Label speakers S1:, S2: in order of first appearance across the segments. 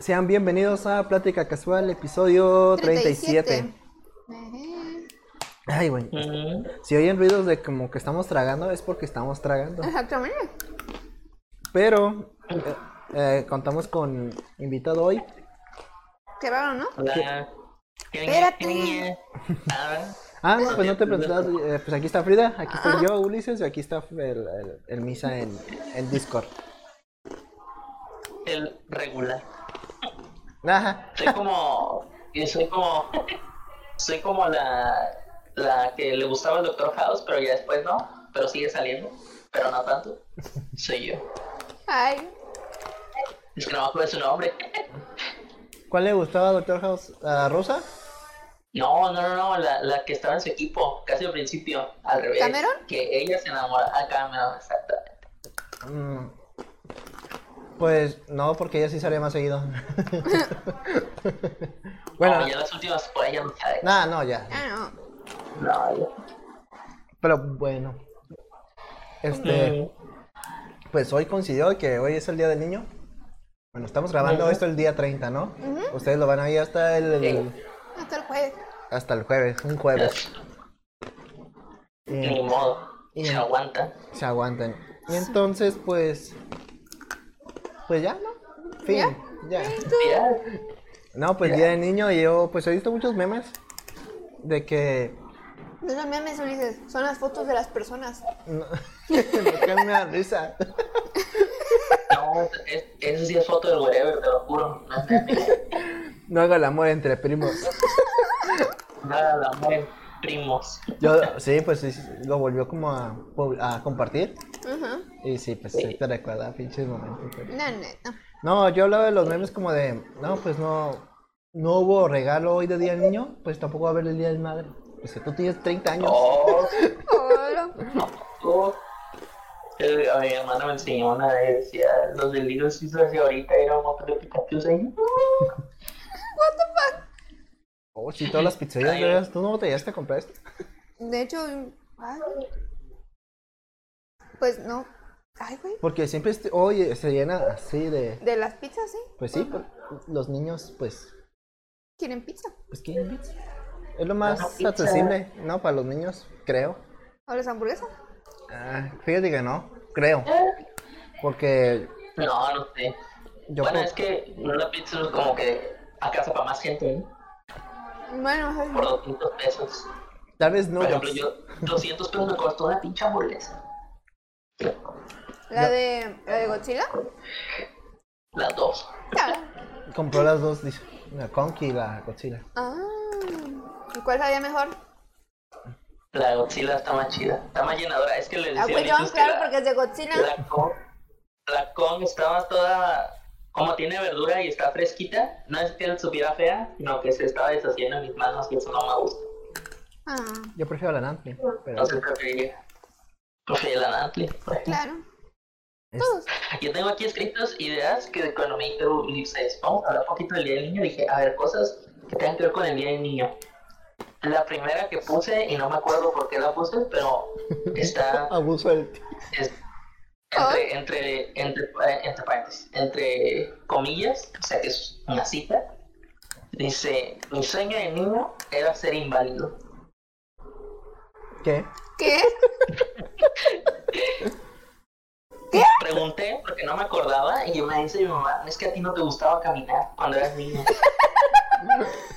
S1: Sean bienvenidos a Plática Casual, episodio 37. Ay, güey. Si oyen ruidos de como que estamos tragando, es porque estamos tragando.
S2: Exactamente.
S1: Pero eh, eh, contamos con invitado hoy.
S2: Qué raro, ¿no?
S3: Hola.
S2: Espérate.
S1: Ah, no, pues no te presentas. eh, pues aquí está Frida, aquí estoy yo, Ulises, y aquí está el, el- el Misa en, en Discord.
S3: El regular.
S1: Ajá.
S3: Soy como. Yo soy como. Soy como la. La que le gustaba el Doctor House, pero ya después no. Pero sigue saliendo. Pero no tanto. Soy yo.
S2: Ay,
S3: Es que no me acuerdo de su nombre.
S1: ¿Cuál le gustaba Doctor House? ¿A Rosa?
S3: No, no, no, no. La, la que estaba en su equipo, casi al principio. Al revés.
S2: ¿Cameron?
S3: Que ella se enamora. A Cameron, exactamente.
S1: Mm, Pues no, porque ella sí salía más seguido. bueno,
S3: No, pues, ya las últimas por ella no sale.
S1: nada, no, ya.
S2: ah, no.
S3: No, ya.
S1: Pero bueno. Este, pues hoy coincidió que hoy es el Día del Niño. Bueno, estamos grabando
S3: Ujú.
S1: esto el día 30, ¿no? Ustedes lo van a ir hasta el,
S3: Sí.
S2: Hasta el jueves.
S1: hasta el jueves, un jueves.
S3: Ni
S1: Y
S3: modo.
S1: Y-
S3: Se aguanta.
S1: se aguantan. Y entonces, pues, pues ya, ¿no? Fin, ya.
S3: Ya.
S1: No, pues
S3: Ya.
S1: Día del Niño y yo, pues he visto muchos memes de que
S2: No son memes, Ulises. Son las fotos de las personas.
S1: No, lo que me da risa.
S3: No, es, eso sí es foto del wherever, te lo juro. No es meme.
S1: No haga el amor entre primos.
S3: Nada, la mujer, primos.
S1: Yo, sí, pues sí, sí, lo volvió como a, pub- a compartir.
S2: Ajá.
S1: Y sí, pues sí te recuerda a pinches momentos. güey.
S2: No, neta.
S1: No, yo hablaba de los memes como de, no, pues no, no hubo regalo hoy de Día del Niño, pues tampoco va a haber el Día del Madre. Pues que tú tienes 30 años.
S3: Oh,
S2: Hola.
S3: oh. El- a mi hermana me enseñó una vez, decía, los delirios suizos de ahorita era un montón de Pikachu ahí.
S1: Oh, si todas las pizzerías,
S3: Ay.
S1: ¿verdad? ¿tú no te llegaste a comprar esto?
S2: De hecho, ay. Pues no. Ay, güey.
S1: Porque siempre, este- oye, se llena así de,
S2: De las pizzas, sí.
S1: pues sí, pues, los niños, pues,
S2: Quieren pizza.
S1: pues ¿qué? Es lo más
S3: Ah, pizza.
S1: accesible, ¿no? Para los niños, creo.
S2: O las hamburguesas.
S1: Ah, fíjate que no, creo. Porque
S3: Eh, No, no sé.
S1: yo
S3: bueno,
S1: por-
S3: es que la pizza es como que alcanza para más gente, ¿eh?
S2: Bueno, ay,
S3: por 200 pesos.
S1: tal vez no.
S3: Por ejemplo, yo, 200 pesos me costó una pinche hamburguesa.
S2: la de, la de Godzilla.
S3: Las dos.
S2: Ya.
S1: Compró las dos, dice. La Conky y la Godzilla.
S2: Ah. ¿Y cuál sabía mejor?
S3: La Godzilla está más chida, está más llenadora. Es que le decía
S2: Ah,
S3: a
S2: pues yo,
S3: Ulises que
S2: claro,
S3: la-
S2: porque es de Godzilla.
S3: La con, la con estaba toda. Como tiene verdura y está fresquita, no es que la supiera fea, sino que se estaba deshaciendo en mis manos y eso no me gusta.
S2: Ah,
S1: Yo prefiero la Nantley. Pero
S3: Entonces preferiría. Prefería la Nantli.
S2: claro.
S1: es-
S2: Todos.
S3: Yo tengo aquí escritos ideas que cuando me dijo Ulises, vamos a hablar un poquito del Día del Niño, dije, a ver, cosas que tengan que ver con el Día del Niño. La primera que puse, y no me acuerdo por qué la puse, pero está
S1: abuso del tío.
S3: Es-
S2: Ah.
S3: entre, entre, entre, eh, entre paréntesis, entre comillas, o sea que es una cita, dice, mi sueño de niño era ser inválido.
S1: ¿Qué?
S2: ¿Qué?
S3: Pregunté porque no me acordaba y me dice mi mamá, es que a ti no te gustaba caminar cuando eras niño.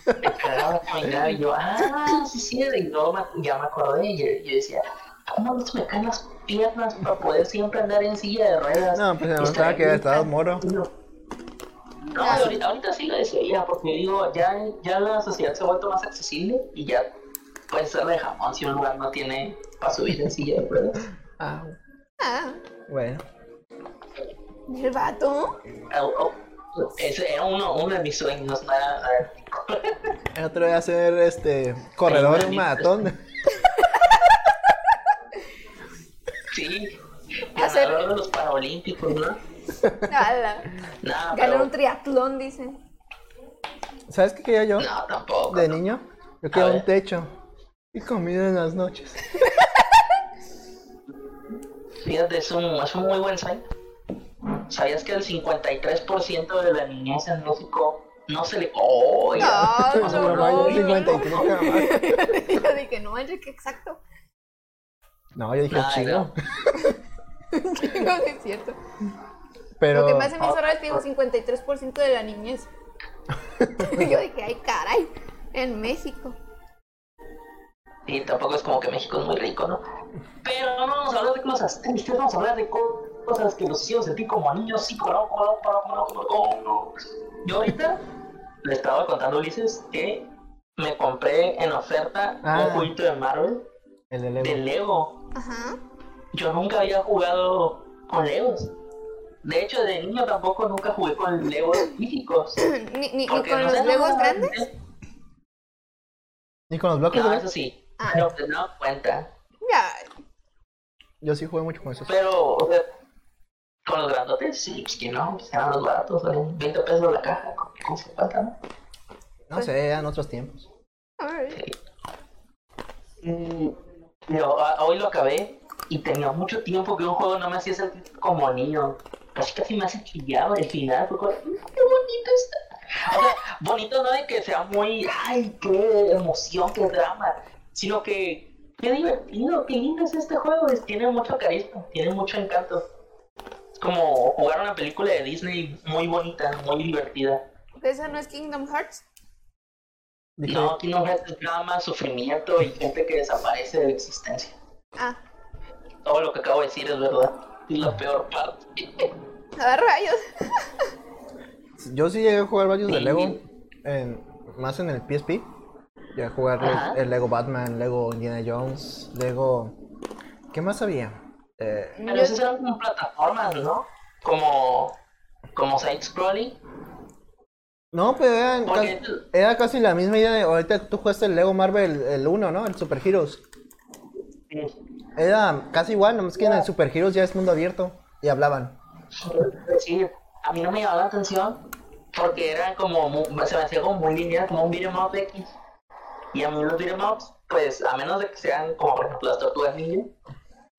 S3: Te cagaba caminar y yo, ah, sí, sí, y luego me- ya me acordé y yo, yo decía, ¿cómo no se me caen las piernas para poder siempre andar en silla de ruedas?
S1: No, pues se me
S3: Y
S1: notaba
S3: estar
S1: que había
S3: ahí
S1: estado moro.
S3: No,
S2: Ah,
S3: ahorita, ahorita sí lo desearía, porque digo, ya, ya la sociedad se ha vuelto más accesible y ya puede ser de jamón si un lugar no tiene para subir en silla de ruedas.
S1: Ah,
S2: Ah,
S1: bueno.
S2: el vato.
S3: Au, au. Ese era uno, uno de mis sueños, nada, nada.
S1: El otro día hacer este corredor de un maratón.
S3: Sí,
S2: Hacer-
S3: ganador de los Paralímpicos, ¿no?
S2: Ala.
S3: Nada,
S2: Ganar
S3: pero,
S2: un triatlón, dicen.
S1: ¿Sabes qué quería yo
S3: no, tampoco.
S1: de niño? Yo quería un
S3: ver.
S1: techo y comida en las noches.
S3: Fíjate, es un, es un muy buen sueño. ¿Sabías que el 53% de la niñez en México no se le... ¡Oh! ya!
S2: No,
S1: Más o
S2: no,
S1: menos,
S2: no.
S1: hay 53 nada más.
S2: Yo dije, no, Enrique, exacto.
S1: No, yo dije
S3: Ay,
S1: chingo.
S2: No, no es cierto. Lo
S1: Pero. ah,
S2: que más se me hizo raro es que digo 53% de la niñez. Yo dije, ay, caray, en México.
S3: Y tampoco es como que México es muy rico, ¿no? Pero no vamos a hablar de cosas tristes, vamos a hablar de co- cosas que los hijos sentir como niños, sí, como no, como no, como no, como no, como no. Yo ahorita le estaba contando a Ulises que me compré en oferta
S1: Ah.
S3: un jueguito de Marvel
S1: El de
S3: de
S1: Lego.
S3: Lego.
S2: Ajá.
S3: Yo nunca había jugado con Legos. De hecho, de niño tampoco nunca jugué con Legos físicos.
S2: Ni, ni- ni
S3: Porque
S2: con
S3: no
S2: los
S3: sé, no,
S2: legos
S3: no, no,
S2: grandes.
S1: ¿Y con los bloques de
S3: No,
S1: Lego?
S3: eso sí.
S2: Ah.
S3: Pero te daba cuenta.
S2: Ya.
S1: Yo sí jugué mucho con esos.
S3: Pero, o sea, con los grandotes, sí, pues que no, pues, eran los baratos, salen 20 pesos la caja, con, con 50, ¿no?
S1: No
S3: Pues,
S1: sé, eran otros tiempos.
S2: Ay,
S3: Y yo, Mm, a- hoy lo acabé y tenía mucho tiempo que un juego no me hacía sentir como niño. Casi casi me hace chillado el final, fue como, "Mm, qué bonito está. O sea, bonito no de que sea muy, ay, qué emoción, qué drama, sino que, qué divertido, qué lindo es este juego, es- tiene mucho carisma, tiene mucho encanto. Es como jugar una película de Disney muy bonita, muy divertida.
S2: ¿de ¿Eso no es Kingdom Hearts?
S1: Dije,
S3: No, aquí no es drama, sufrimiento y gente que desaparece de la existencia.
S2: Ah,
S3: Todo lo que acabo de decir es verdad. Es la peor parte.
S2: a rayos.
S1: yo sí llegué a jugar varios de
S3: Sí.
S1: Lego. en- más en el PSP. Llegué a jugar los-
S3: Ajá.
S1: el Lego Batman, Lego Indiana Jones, Lego. ¿Qué más había? Eh,
S3: Pero esas eran como plataformas, ¿no? Como, como side-scrolling.
S1: no, pues pero eran ca-
S3: Porque
S1: era casi la misma idea de ahorita tú jugaste el Lego Marvel el 1, ¿no? El Super Heroes. Era casi igual, nomás que en el Super Heroes ya es mundo abierto y hablaban.
S3: sí, a mí no me llamaba la atención porque eran como, mu- se me hacía como muy lineal, como un video up X. Y a mí los video ups, pues a menos de que sean como por ejemplo las tortugas ninja,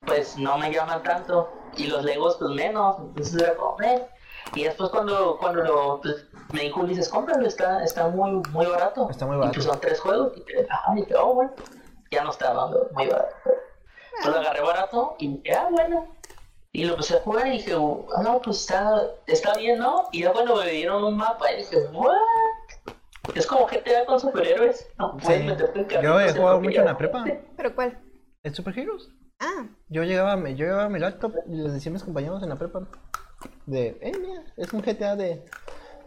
S3: pues no me llaman tanto. Y los legos pues menos, entonces era como, "Eh". Y después cuando, cuando lo, pues, me dijo Ulises, cómpralo, está, está muy, muy barato.
S1: Está muy
S3: Y,
S1: barato.
S3: pues, son tres juegos y tres, ajá, y dije, oh bueno, ya no está dando muy barato. Pues lo agarré barato y dije, ah bueno. Y lo empecé a jugar y dije, ah no, pues está, está bien, ¿no? Y ya cuando me dieron un mapa y dije, what? Es como GTA con superhéroes. No puedes
S1: Sí.
S3: meterte en
S1: Yo he
S3: carritos
S1: jugado
S3: lo que
S1: mucho en la
S3: ya
S1: prepa.
S3: jugaste.
S2: ¿Pero cuál?
S1: ¿El Super Heroes?
S2: Ah,
S1: Yo llegaba, a mi- yo llevaba mi laptop y les decía a mis compañeros en la prepa de, eh, mira, es un GTA de,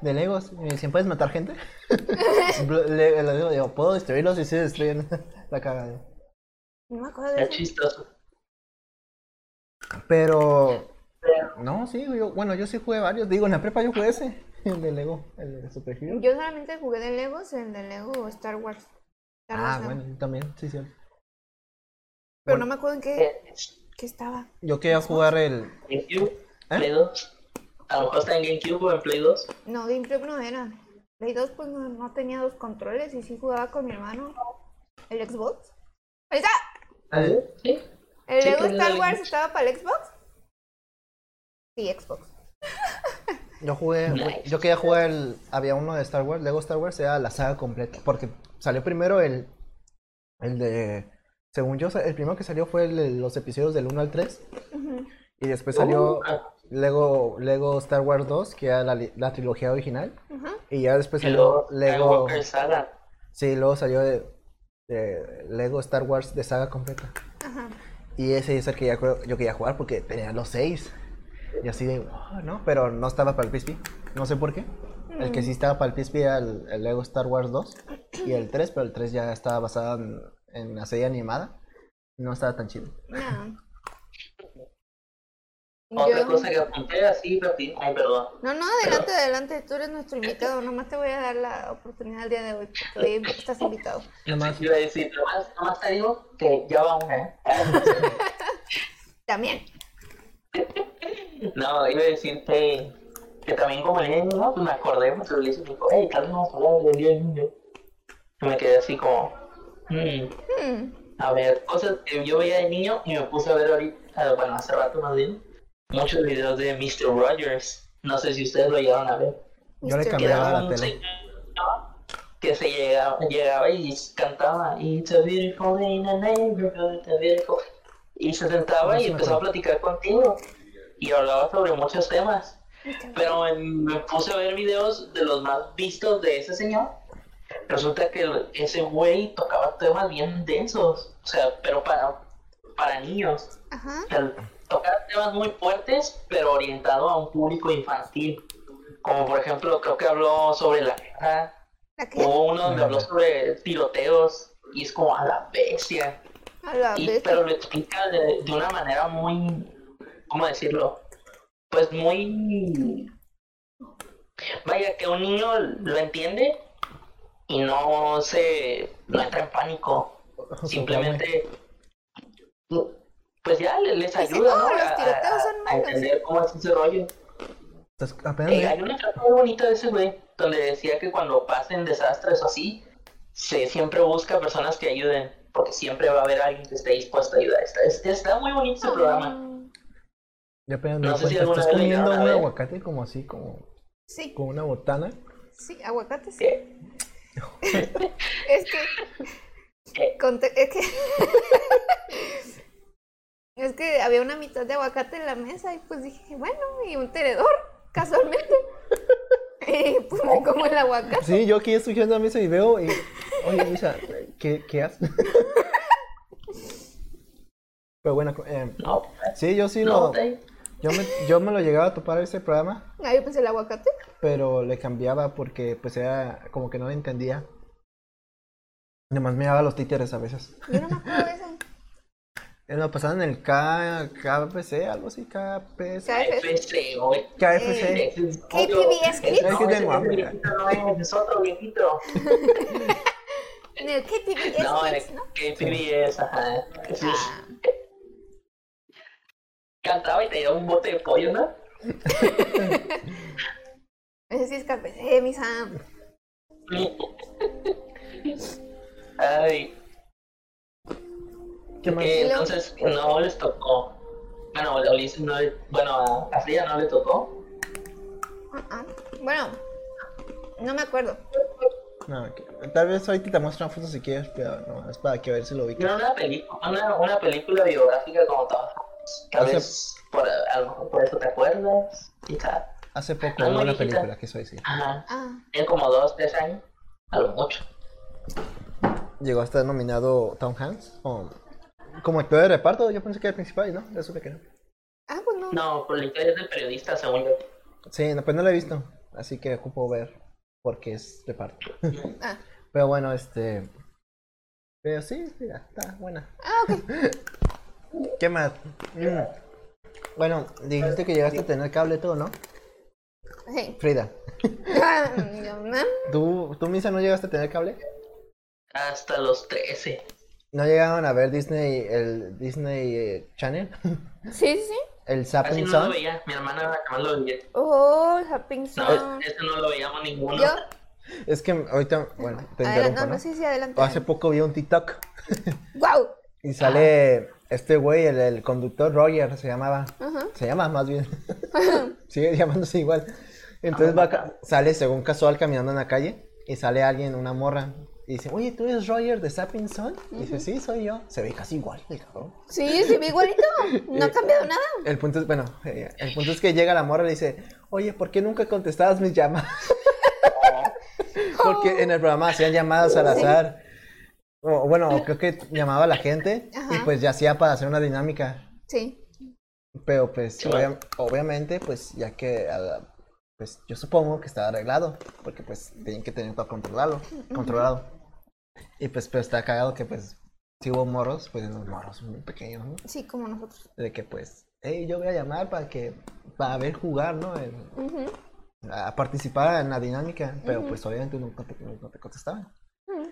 S1: de Legos. Y me decían, ¿puedes matar gente? Le- le- le digo, digo, ¿puedo destruirlos? Y sí, destruyen la cagada.
S2: no me acuerdo de
S3: Está
S2: eso.
S3: chistoso.
S1: Pero, no, sí, yo- bueno, yo sí jugué varios. Digo, en la prepa yo jugué ese, el de Lego, el de Super Heroes.
S2: Yo solamente jugué de Legos, el de Lego Star Wars. Star Wars,
S1: Ah,
S2: no.
S1: bueno, yo también, sí, cierto.
S2: Pero
S1: bueno.
S2: no me acuerdo en qué,
S3: Eh,
S2: qué estaba.
S1: Yo quería jugar el,
S3: GameCube,
S1: ¿Eh?
S3: Play 2. A lo mejor está en GameCube o en Play 2.
S2: No, GameCube no era. Play 2 pues no, no tenía dos controles y sí jugaba con mi hermano. ¿El Xbox? ¡Ahí está!
S1: el-
S3: Sí.
S2: ¿El
S3: Sí,
S2: Lego
S3: creo que
S2: Star
S3: lo
S2: Wars
S3: vi.
S2: estaba para el Xbox? Sí, Xbox.
S1: Yo jugué,
S3: Nice.
S1: yo quería jugar el, había uno de Star Wars, Lego Star Wars era la saga completa, porque salió primero el, el de, según yo, el primero que salió fue el de los episodios del 1 al 3, y después salió
S3: Uh, ah,
S1: Lego, Lego Star Wars 2, que era la, li- la trilogía original,
S2: Ajá.
S1: y ya después
S3: y
S1: salió
S3: luego
S1: Lego,
S3: Skywalker Saga.
S1: sí, luego salió de, de Lego Star Wars de saga completa,
S2: Ajá.
S1: y ese es el que ya creo- yo quería jugar porque tenía los 6, y así de, "Wow", ¿no? Pero no estaba para el PSP, no sé por qué. El que sí estaba para el PSP era el, el Lego Star Wars 2 y el 3, pero el 3 ya estaba basado en, en la serie animada. No estaba tan chido.
S2: No.
S3: Otra
S2: Mm, Yo-
S3: cosa que apunté así rápido. Ay, perdón.
S2: No, no, adelante, adelante, tú eres nuestro invitado, nomás te voy a dar la oportunidad el día de hoy, porque hoy estás invitado.
S1: Nomás-
S3: Iba a decir, nomás, nomás te digo que ya va una. ¿eh?
S2: También.
S3: No, iba a decirte que también como el día del niño, pues me acordé, pues Ulises me dijo, hey, Carlos, vamos a hablar del día del niño. Y me quedé así como, "Mm,
S2: Hmm,
S3: a ver, cosas que yo veía de niño y me puse a ver ahorita, bueno, hace rato más bien, muchos videos de Mr. Rogers. No sé si ustedes lo llegaron a ver.
S1: Yo le
S2: Mister
S1: cambié.
S2: Jack.
S1: Cambiaba
S3: Quedaba
S1: la
S3: un
S1: tele.
S3: señor Que se llegaba, llegaba y cantaba It's a beautiful day in the neighborhood, it's a beautiful... Y se sentaba y empezaba a platicar contigo. Y hablaba sobre muchos temas.
S2: Mister Jack.
S3: Pero en- me puse a ver videos de los más vistos de ese señor. Resulta que el- ese güey tocaba temas bien densos. O sea, pero para, para niños.
S2: Ajá.
S3: O sea, tocar temas muy fuertes, pero orientado a un público infantil. Como por ejemplo, creo que habló sobre la guerra,
S2: ¿La qué?
S3: hubo uno donde
S1: Ah.
S3: habló sobre tiroteos, y es como a la bestia.
S2: A la
S3: Y-
S2: bestia.
S3: pero lo explica de, de una manera muy, ¿cómo decirlo? Pues muy... Vaya, que un niño lo entiende y no se... no entra en pánico simplemente pues ya le- les
S2: Dice,
S3: ayuda
S2: "No,
S3: ¿no?
S2: "Oh, los
S3: a,
S2: tiroteos son
S3: a- a
S2: malos".
S3: entender cómo es ese rollo
S1: Entonces, apenas
S3: Eh,
S1: leí.
S3: hay una frase muy bonita de ese güey donde decía que cuando pasen desastres o así se siempre busca personas que ayuden porque siempre va a haber alguien que esté dispuesto a ayudar está, es- está muy bonito ese programa
S1: Yo apenas me
S3: No
S1: di
S3: sé si
S1: cuenta,
S3: alguna
S1: estás
S3: vez lo
S1: comiendo
S3: llegaron a
S1: un
S3: ver.
S1: aguacate como así, como,
S2: Sí,
S1: como una botana.
S2: sí, aguacates.
S3: que
S2: Es que.
S3: ¿Qué?
S2: Conte- Es que. es que había una mitad de aguacate en la mesa y pues dije, bueno, y un tenedor, casualmente. y pues me como el aguacate.
S1: Sí, yo aquí estoy yendo a misa y veo y... Oye, misa, ¿qué, qué haces? Pero bueno, eh,
S3: no
S1: sí, yo sí
S3: no
S1: lo...
S3: te-
S1: Yo me, yo me lo llegaba a topar ese programa,
S2: Ah, yo pensé el aguacate.
S1: pero le cambiaba porque pues era como que no le entendía. Nomás me daba los títeres a veces.
S2: Yo no me acuerdo de eso.
S1: Eh, Lo pasaban en el K, KBC, algo así, KPS.
S2: K-
S3: Eso es feo, güey.
S1: KFC.
S3: Ese es
S2: KPBS
S3: otro-
S2: Kids.
S1: Es
S3: ese no,
S1: que
S3: ese
S1: tengo
S3: es
S1: hambre.
S3: viejito, no es, es otro viejito.
S2: En el KTV
S3: No, en el
S2: Kids, pues, ¿no?
S3: KPBS, ajá. Ese es-
S2: Ah,
S3: cantaba y te daba un bote de pollo, ¿no?
S2: ese sí es eh, KPC, mi Sam.
S3: Ay,
S1: ¿Qué más?
S3: eh, entonces no les tocó. Bueno, a Ulises no le- bueno, a a Frida no le tocó.
S2: Ah, ah. Bueno, no me acuerdo.
S1: No, que- tal vez ahorita te muestro una foto si quieres, pero no, es para que a ver si lo ubicas.
S3: Era una película, una, una película biográfica como tal. Tal
S1: Hace-
S3: vez por, a lo mejor por eso te acuerdas. Quizá.
S1: Hace poco,
S3: Ah,
S1: no una
S3: viejita.
S1: película, que soy, sí.
S3: Ajá.
S2: Ah,
S3: Tiene como dos, tres años. A lo mucho.
S1: Llegó a estar nominado Tom Hanks o- como actor de reparto. Yo pensé que era el principal, y ¿no? Eso que no.
S2: ah pues no.
S3: No, por la historia del periodista, según yo.
S1: Sí, no, pues no lo he visto, así que ocupo ver porque es reparto.
S2: Ah,
S1: Pero bueno, este. Pero sí, mira, está buena.
S2: ah ok.
S1: ¿Qué más? Mm. Bueno, dijiste que llegaste a tener cable todo, ¿no?
S2: Sí.
S1: Frida,
S2: Ah, yo, ¿no?
S1: ¿tú, tú Misa, no llegaste a tener cable?
S3: Hasta los 13.
S1: ¿No llegaron a ver Disney, el Disney eh, Channel?
S2: Sí, sí, sí.
S1: ¿El
S3: Casi
S1: Zapping
S3: no lo
S1: Zone?
S3: veía. Mi hermana jamás lo veía.
S2: Oh, Zapping
S3: No,
S2: Sound.
S1: Eh,
S3: ese no lo veíamos ninguno.
S2: Yo,
S1: Es que ahorita, bueno, te
S2: adelante,
S1: interrumpo,
S2: Ah, no,
S1: ¿no?
S2: no, sí, sí, adelante.
S1: Hace poco vi un TikTok
S2: ¡Wow!
S1: y sale este güey, el, el conductor Roger, se llamaba.
S2: Ajá.
S1: Se llama más bien. Sigue llamándose igual. Entonces Ah, va, ca- sale según casual caminando en la calle y sale alguien, una morra, y dice, oye, ¿tú eres Roger de Sapping Zone? Y dice, sí, soy yo. Se ve casi igual, el cabrón.
S2: Sí, se ve igualito. No ha cambiado nada.
S1: El punto es, bueno, eh, el punto es que llega la morra y le dice, oye, ¿por qué nunca contestabas mis llamadas? Porque en el programa hacían llamadas al azar. O, bueno, creo que llamaba a la gente y
S2: Ajá.
S1: pues ya hacía para hacer una dinámica.
S2: Sí.
S1: Pero pues
S3: Sí.
S1: obvia- obviamente pues ya que a la- pues yo supongo que estaba arreglado porque pues tenían que tener para controlarlo, controlado. Y pues pero está cagado que pues si hubo morros, pues unos morros muy pequeños, ¿no?
S2: Sí, como nosotros.
S1: De que pues, hey, yo voy a llamar para que para ver jugar, ¿no? El-
S2: Ujú.
S1: a participar en la dinámica, pero
S2: Ujú.
S1: pues obviamente nunca te, nunca te contestaban.
S2: Ujú.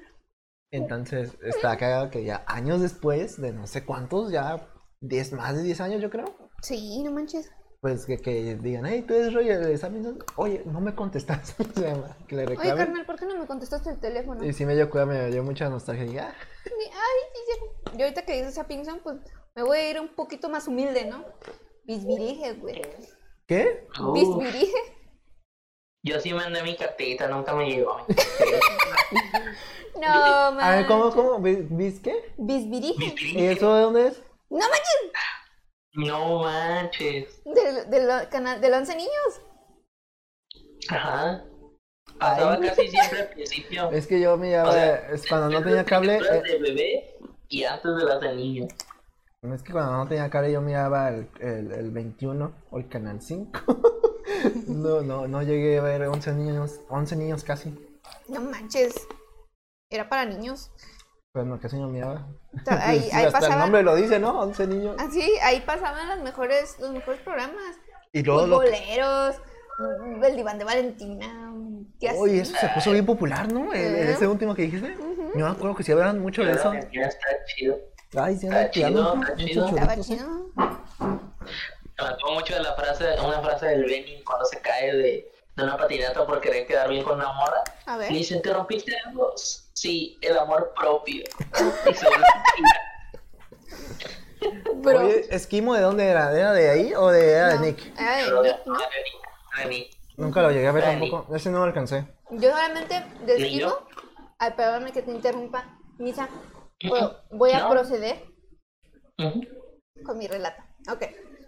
S1: Entonces está cagado que ya años después de no sé cuántos, ya 10 más de 10 años yo creo,
S2: Sí, no manches.
S1: pues que, que digan, hey, tú eres Roger, de Sam Simpson". oye, no me contestas, o sea, que le
S2: Oye,
S1: reclamen.
S2: carnal, ¿por qué no me contestaste el teléfono?
S1: Y
S2: Ni-
S1: sí me dio cuenta, me dio mucha nostalgia. Y, ah,
S2: Ay, sí, sí. Yo ahorita que dices a Pinson, pues me voy a ir un poquito más humilde, ¿no? Bisbirige, güey.
S1: ¿Qué?
S3: Uh,
S2: Bisbirige.
S3: yo sí mandé mi cartita, nunca me llegó.
S2: No, man.
S1: A ver, ¿cómo, cómo? ¿Vis- ¿Vis qué?
S2: Bisbirige.
S1: ¿Y eso de dónde es?
S2: No manches,
S3: No manches.
S2: del, del, o- canal, del 11 niños.
S3: Ajá. Pasaba
S1: Ay.
S3: casi siempre al principio.
S1: Es que yo miraba,
S3: O sea,
S1: es cuando no tenía cable,
S3: Las
S1: eh,
S3: de bebé y antes de las de niño.
S1: es que cuando no tenía cable yo miraba el, el, el 21 o el canal 5. no, no, no llegué a ver 11 niños, 11 niños casi,
S2: No manches. Era para niños.
S1: pero no, casi no miraba.
S2: O sea, Ahí,
S1: Sí,
S2: ahí Ah,
S1: hasta el
S2: pasaban.
S1: nombre lo dice, ¿no? 11 niños.
S2: Así, ahí pasaban las mejores, los mejores programas.
S1: Y luego lo que...
S2: Boleros, el diván de Valentina. ¿Qué así.
S1: Oye, eso se puso bien popular, ¿no? El-
S2: Ajá.
S1: Ese último que dijiste. Yo me acuerdo que sí hablaban mucho de eso.
S3: Ya está chido.
S1: Ay, sí,
S3: Está
S1: andan tirando ¿eh?
S3: chido,
S1: mucho-
S3: está
S1: mucho
S3: chido.
S2: Estaba
S1: chorizo.
S2: chido.
S3: Me acuerdo mucho de la frase, una frase del Benny cuando se cae de, de una patineta por querer quedar bien con una morra.
S2: A
S1: ¿Eh?
S2: ver.
S3: Le dice, ¿te rompiste algo? Sí, el amor propio. Y se vuelve a tirar.
S2: Pero,
S1: Oye, ¿Esquimo de dónde era? ¿Era de ahí o de, era
S2: no,
S1: de Nick?
S2: era de
S3: Pero de-
S2: Nick, ¿no?
S3: de mí.
S1: Nunca lo llegué a ver
S3: Era de Nick.
S1: tampoco. Ese no lo alcancé.
S2: Yo solamente de
S3: Ni yo.
S2: esquimo. Ay, perdóname que te interrumpa, Misa. Bueno, voy a
S3: No.
S2: proceder
S3: Ujú.
S2: con mi relato. Ok.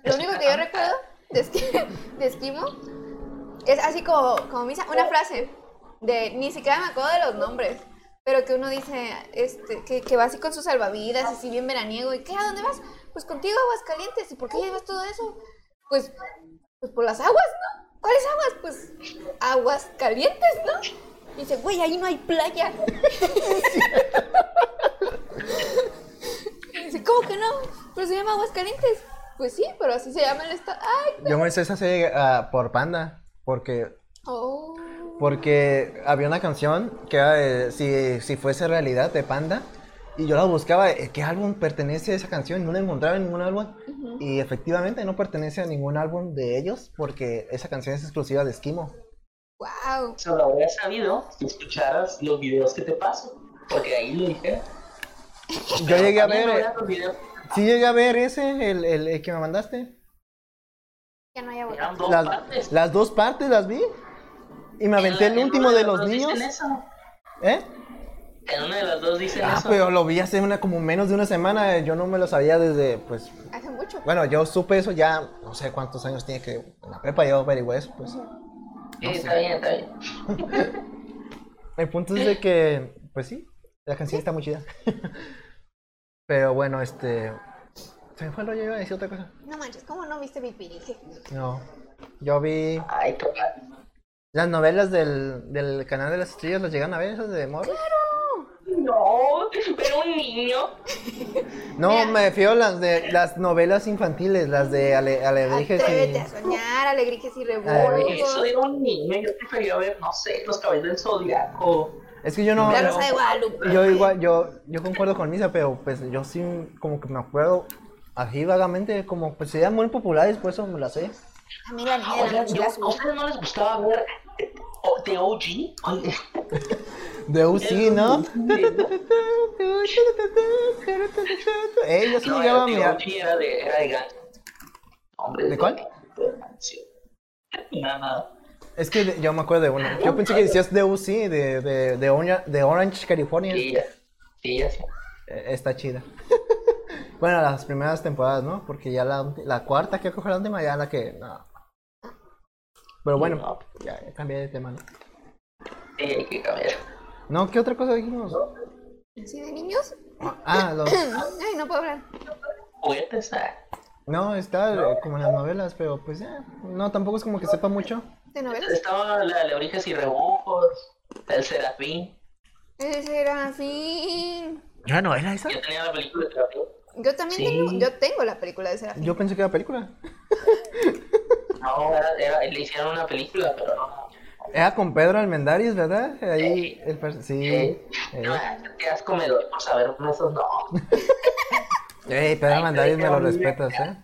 S2: Lo único que yo recuerdo de, esqui- de esquimo es así como, como Misa, una frase de ni siquiera me acuerdo de los nombres, pero que uno dice este, que, que va así con sus salvavidas, así bien veraniego. ¿Y qué? ¿A dónde vas? Pues contigo, Aguascalientes. ¿Y por qué llevas todo eso? Pues, pues por las aguas, ¿no? ¿Cuáles aguas? Pues aguas calientes, ¿no? Y dice, güey, ahí no hay playa. Y dice, ¿cómo que no? Pero se llama Aguascalientes. Pues sí, pero así se llama el estado. Ah, ¡Ay!
S1: Yo me hice esa serie ah, por Panda. Porque,
S2: Oh.
S1: porque había una canción que era de si, si fuese realidad de Panda. Y yo la buscaba, eh, ¿qué álbum pertenece a esa canción? Y no la encontraba en ningún álbum. Y efectivamente no pertenece a ningún álbum de ellos porque esa canción es exclusiva de Esquimo.
S2: ¡Wow!
S3: Eso lo habrías sabido si escucharas los videos que te paso. Porque ahí lo dije.
S1: Yo llegué a ver,
S3: También no
S1: eh,
S3: veas los videos.
S1: sí llegué a ver ese, el, el- el que me mandaste.
S2: Ya no hay agua.
S3: Eran dos
S1: Las,
S3: partes.
S1: las dos partes las vi. Y me aventé
S3: En
S1: el
S3: la- en
S1: último
S3: una
S1: de los
S3: dos dicen
S1: niños.
S3: eso.
S1: ¿Eh?
S3: En una de las dos dicen
S1: Ah,
S3: eso.
S1: pero lo vi hace una, como menos de una semana. eh, Yo no me lo sabía desde, pues,
S2: Hace mucho.
S1: bueno, yo supe eso ya, no sé cuántos años tiene que, en la prepa yo averigüé eso, pues.
S3: Sí, está bien, está bien.
S1: El punto es de que, pues sí, la canción está muy chida. pero bueno, este, se me fue lo que iba a decir otra cosa.
S2: No manches, ¿cómo no viste Big Pirige?
S1: No, yo vi
S3: Ay, papá.
S1: las novelas del, del canal de las estrellas, ¿las llegan a ver esas de Morris?
S3: No, pero un niño.
S1: No,
S2: Mira.
S1: me refiero a las de las novelas infantiles, las de Ale, Alebrijes
S2: Atrévete a
S1: y...
S2: soñar, alegrijes y
S1: Alegrijes.
S3: Eso
S2: revolvos.
S3: era un niño. Yo prefería ver, no sé, los cabellos del zodiaco.
S1: Es que yo no...
S2: La
S3: Claro.
S2: Rosa de Guadalupe.
S1: Yo igual, yo, yo concuerdo con Misa, pero pues yo sí como que me acuerdo así vagamente, como pues serían muy populares, por eso me las sé.
S2: A mí la niña de la
S3: Oigan, yo-
S2: mochila
S3: ¿a
S2: azul.
S3: ustedes no les gustaba ver eh, o- The OG? Oye,
S1: De UC, ¿no?
S3: No,
S1: Eh, yo sí
S3: era
S1: llegaba a
S3: The
S1: mirar.
S3: OG era de, era de gang. Hombre,
S1: ¿De cuál?
S3: de canción. Nada, nada.
S1: Es que de- yo me acuerdo de una. Yo pensé que decías de UC, de, de, de, Oña- de Orange, California.
S3: Sí, ya. Sí, ya sé.
S1: Eh, Está chida. bueno, las primeras temporadas, ¿no? Porque ya la, la cuarta que coge la última, ya la que. no. Pero bueno,
S3: No.
S1: ya, ya cambié de tema, ¿no?
S3: Sí, hay que cambiar.
S1: No, ¿qué otra cosa dijimos?
S2: ¿Sí de niños?
S1: Ah, los.
S2: Ay, no puedo hablar.
S3: Juguetes, ah.
S1: No, está eh, como en las novelas, pero pues ya. No, tampoco es como que sepa mucho.
S2: ¿De novelas?
S3: Estaba la de Alebrijes y Rebujos, la del Serafín.
S2: Ese era fin.
S1: ¿Era novela esa?
S3: Yo tenía la película de Serafín.
S2: Yo también
S3: Sí.
S2: tengo, yo tengo la película de Serafín.
S1: Yo pensé que era película.
S3: No, era, era, le hicieron una película, pero no.
S1: Era con Pedro Almendaris, ¿verdad? Ahí. El per- sí.
S3: Eh,
S1: Eh,
S3: no, te das comedor por saber esos no.
S1: Ey, Pedro Almendaris me lo respetas, ¿eh?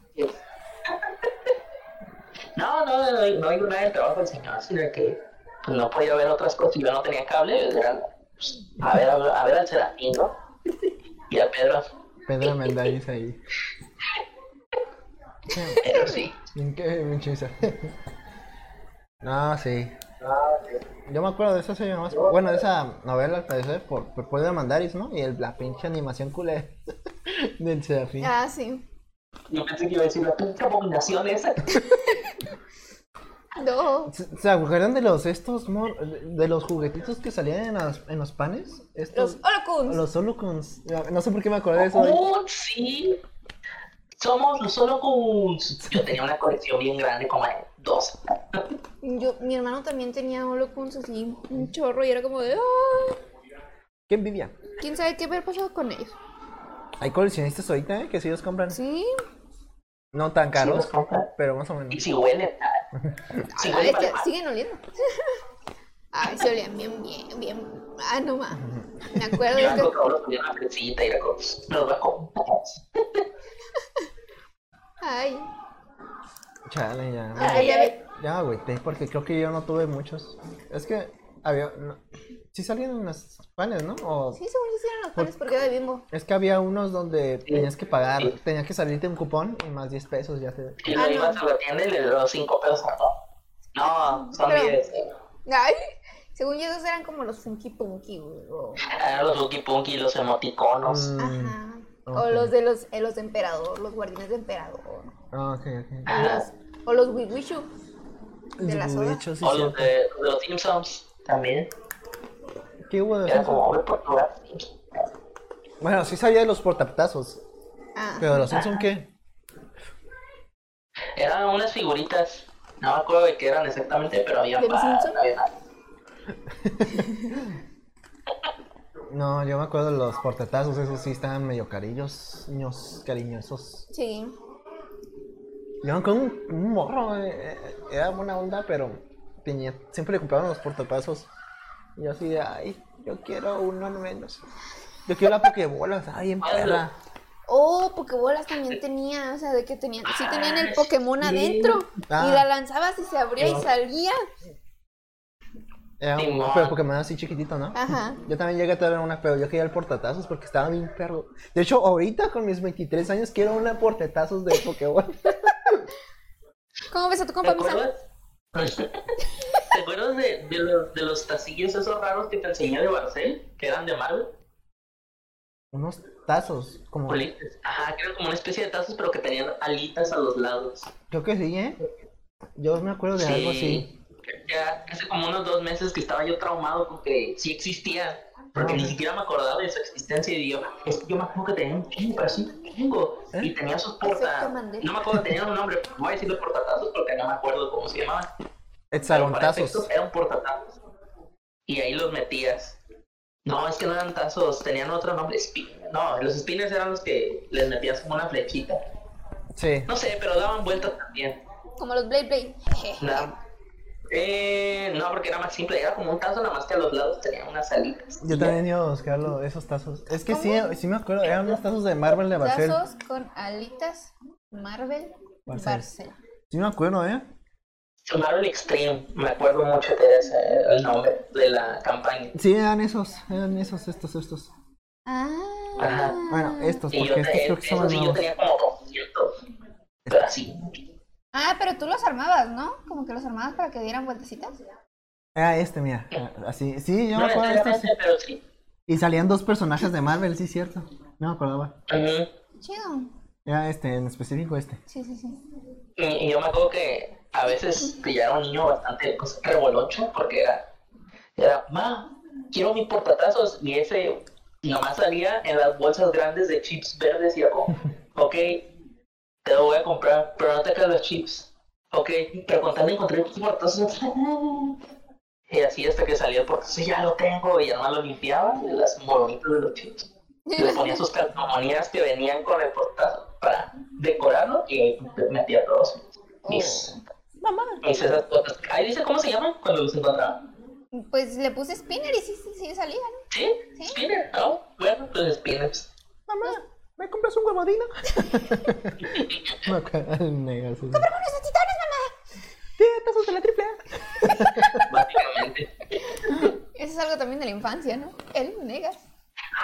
S3: No, no, no, no digo nada del trabajo del señor, sino que pues, no podía ver otras cosas. Yo no tenía cable, era, pues, a, ver, a, ver- a ver al Serafín, ¿no? Y a Pedro.
S1: Pedro Almendaris ahí.
S3: Pero sí.
S1: ¿En qué pinche misa? no, sí. Yo me acuerdo de esa serie nomás. Bueno, de esa novela, al parecer, por, por Paul de Mandaris, ¿no? Y el, la pinche animación culera del Serafín.
S2: Ah, sí.
S3: Yo pensé que iba a decir la pinche abominación esa.
S2: No.
S1: ¿Se se acuerdan de los estos mor- de los juguetitos que salían en los, en los panes?
S2: Los
S1: Estos, ah,
S2: Holocuns.
S1: los Holocuns. No sé por qué me acordé de eso. güey.
S3: Oh, sí. Somos los solo con. Yo tenía una colección bien grande, como de 12.
S2: Yo, mi hermano también tenía Holocuns así, un chorro, y era como de. "Ah,
S1: Qué envidia.
S2: ¿Quién sabe qué haber pasado con ellos?
S1: Hay coleccionistas ahorita ¿eh? que sí los compran.
S2: Sí.
S1: No tan caros,
S3: los compran.
S1: pero más o
S3: Y
S1: menos.
S3: si huele, si
S2: Ah,
S3: huele,
S2: es que
S3: vale más.
S2: siguen oliendo. Ay, se olían bien, bien, bien. Ah, no más. Me acuerdo de
S3: Yo
S2: esto.
S3: encontraba los ponía en la fresita y era como, los voy a comprar.
S2: Ay.
S1: Chale, ya.
S2: Ah, ya ve-
S1: Ya güey, te- porque creo que yo no tuve muchos. Es que había. no- sí salían en los panes, ¿no? O-
S2: Sí, según yo sí eran los panes porque era de bimbo.
S1: Es que había unos donde tenías que pagar, tenías que salirte un cupón y más 10 pesos ya te.
S3: Y
S2: Ah,
S3: lo
S2: no.
S3: ibas a la tienda y le daba 5 pesos a todo. No, son
S2: Pero-
S3: 10.
S2: Ay. Según yo esos eran como los funky punky, güey. o-
S3: Eran los Lucky Punky, los emoticonos.
S1: Mm,
S2: Ajá. O
S1: ok.
S2: los de los, eh, los de emperador, los guardianes de emperador.
S1: Ah, ok, ok.
S2: O
S3: Ah.
S2: los, o los wiwishu. De la soda.
S1: De hecho, sí,
S3: o los
S1: cierto.
S3: de los Simpsons también.
S1: ¿Qué hubo de
S3: Era
S1: eso?
S3: como, hombre, por jugar Simpsons.
S1: Bueno, sí sabía de los portaptazos,
S2: Ah.
S1: pero los Simpson qué?
S3: Eran unas figuritas. No me acuerdo de qué eran exactamente, pero había
S2: ¿De los
S3: más.
S2: Simpson?
S3: había más.
S1: No, yo me acuerdo de los portatazos, esos sí estaban medio carillos, ños, cariñosos.
S2: Sí.
S1: Yo me acuerdo un, un morro, güey, eh, era buena onda, pero tenía, siempre le compraban los portatazos. Y yo así de, ay, yo quiero uno al menos. Yo quiero la pokebola, ay, en perra.
S2: Oh, Pokébolas también tenía, o sea, de que tenían, sí tenían el Pokémon
S3: sí.
S2: adentro
S1: Ah.
S2: y la lanzabas y se abría y
S3: No.
S2: salía.
S1: Era un,
S3: Simón.
S1: pero Pokémon así chiquitito, ¿no?
S3: Ah.
S2: Ajá.
S1: Yo también llegué a tener una, pero yo quería el portatazos porque estaba bien perro. De hecho, ahorita con mis 23 años quiero una portatazos de Pokémon.
S2: ¿Cómo ves a tu
S3: ¿Te
S2: compa, Misa?
S3: acuerdas? ¿Te acuerdas de, de los, de los tacillos esos raros que te enseñé de Barcel? Que eran de Marvel.
S1: Unos tazos, como...
S3: Colitas. Ajá, que eran como una especie de tazos, pero que tenían alitas a los lados.
S1: Creo que sí, ¿eh? Yo me acuerdo de algo así.
S3: Ya hace como unos dos meses que estaba yo traumado con que sí existía. Porque
S1: Ah.
S3: ni siquiera me acordaba de su existencia. Y yo, es que yo me acuerdo que tenía un chingo, pero sí, un chingo.
S1: ¿Eh?
S3: Y tenía sus
S2: Efecto
S3: portas.
S2: Mandela.
S3: No me acuerdo, tenía un nombre. Voy a decirle portatazos porque no me acuerdo cómo se llamaban. Pero para
S1: Exalontazos.
S3: efectos eran portatazos. Y ahí los metías. No, es que no eran tazos, tenían otro nombre. spin- No, los spines eran los que les metías como una flechita.
S1: Sí.
S3: No sé, pero daban vueltas también.
S2: Como los Blade Blade.
S3: Daban- Eh, no, porque era más simple, era como un tazo, nada más que a los lados tenía unas alitas.
S1: Yo también iba a buscarlo, esos tazos. Es que sí,
S2: ¿Cómo?
S1: sí me acuerdo, eran unos tazos de Marvel de Barcel.
S2: Tazos con alitas, Marvel,
S1: Barcel.
S2: Barcel.
S1: Sí me acuerdo, ¿eh?
S3: Marvel Extreme, me acuerdo mucho de ese, el nombre de la campaña.
S1: Sí, eran esos, eran esos, estos, estos.
S2: Ah.
S3: Ajá.
S1: Bueno, este- estos,
S3: Y yo,
S1: porque estos
S3: te-
S1: creo que son
S3: eso
S1: los
S3: sí, yo
S1: nuevos.
S3: tenía como 200, pero así.
S2: Ah, pero tú los armabas, ¿no? Como que los armabas para que dieran vueltecitas.
S1: Era este, mira. Así, sí, yo
S3: No, este.
S1: me acuerdo de este estos.
S3: necesariamente, pero sí.
S1: Y salían dos personajes de Marvel, sí, cierto. No me acordaba.
S3: Ujú.
S2: Chido.
S1: Era este, en específico este.
S2: Sí, sí, sí.
S3: Y, y yo me acuerdo que a veces pillaba a un niño bastante pues, revoloncho porque era, era, ma, quiero mis portatazos. Y ese nomás salía en las bolsas grandes de chips verdes y era como, ok, te lo voy a comprar, pero no te caen los chips. Ok, pero con tal de encontrar tus portatazos. Y así hasta que salía el portazo, ya lo tengo, y ya no lo limpiaba de las moronitas de los chips. Y le ponía sus calcomanías que venían con el portazo para decorarlo y ahí metía todos mis,
S2: Mamá.
S3: mis esas cosas. Ahí dice cómo se llaman cuando los encontraba.
S2: Pues le puse spinner y sí, sí, sí salía, ¿no?
S3: ¿Sí? ¿Spinner? Oh, bueno, los spinners.
S1: Mamá, ¿me compras un huevadino? me acuerdo del negro, sí, sí.
S2: ¡Unos titones, mamá!
S1: Sí, tazos de la triple A.
S3: Básicamente.
S2: Eso es algo también de la infancia, ¿no? El negas.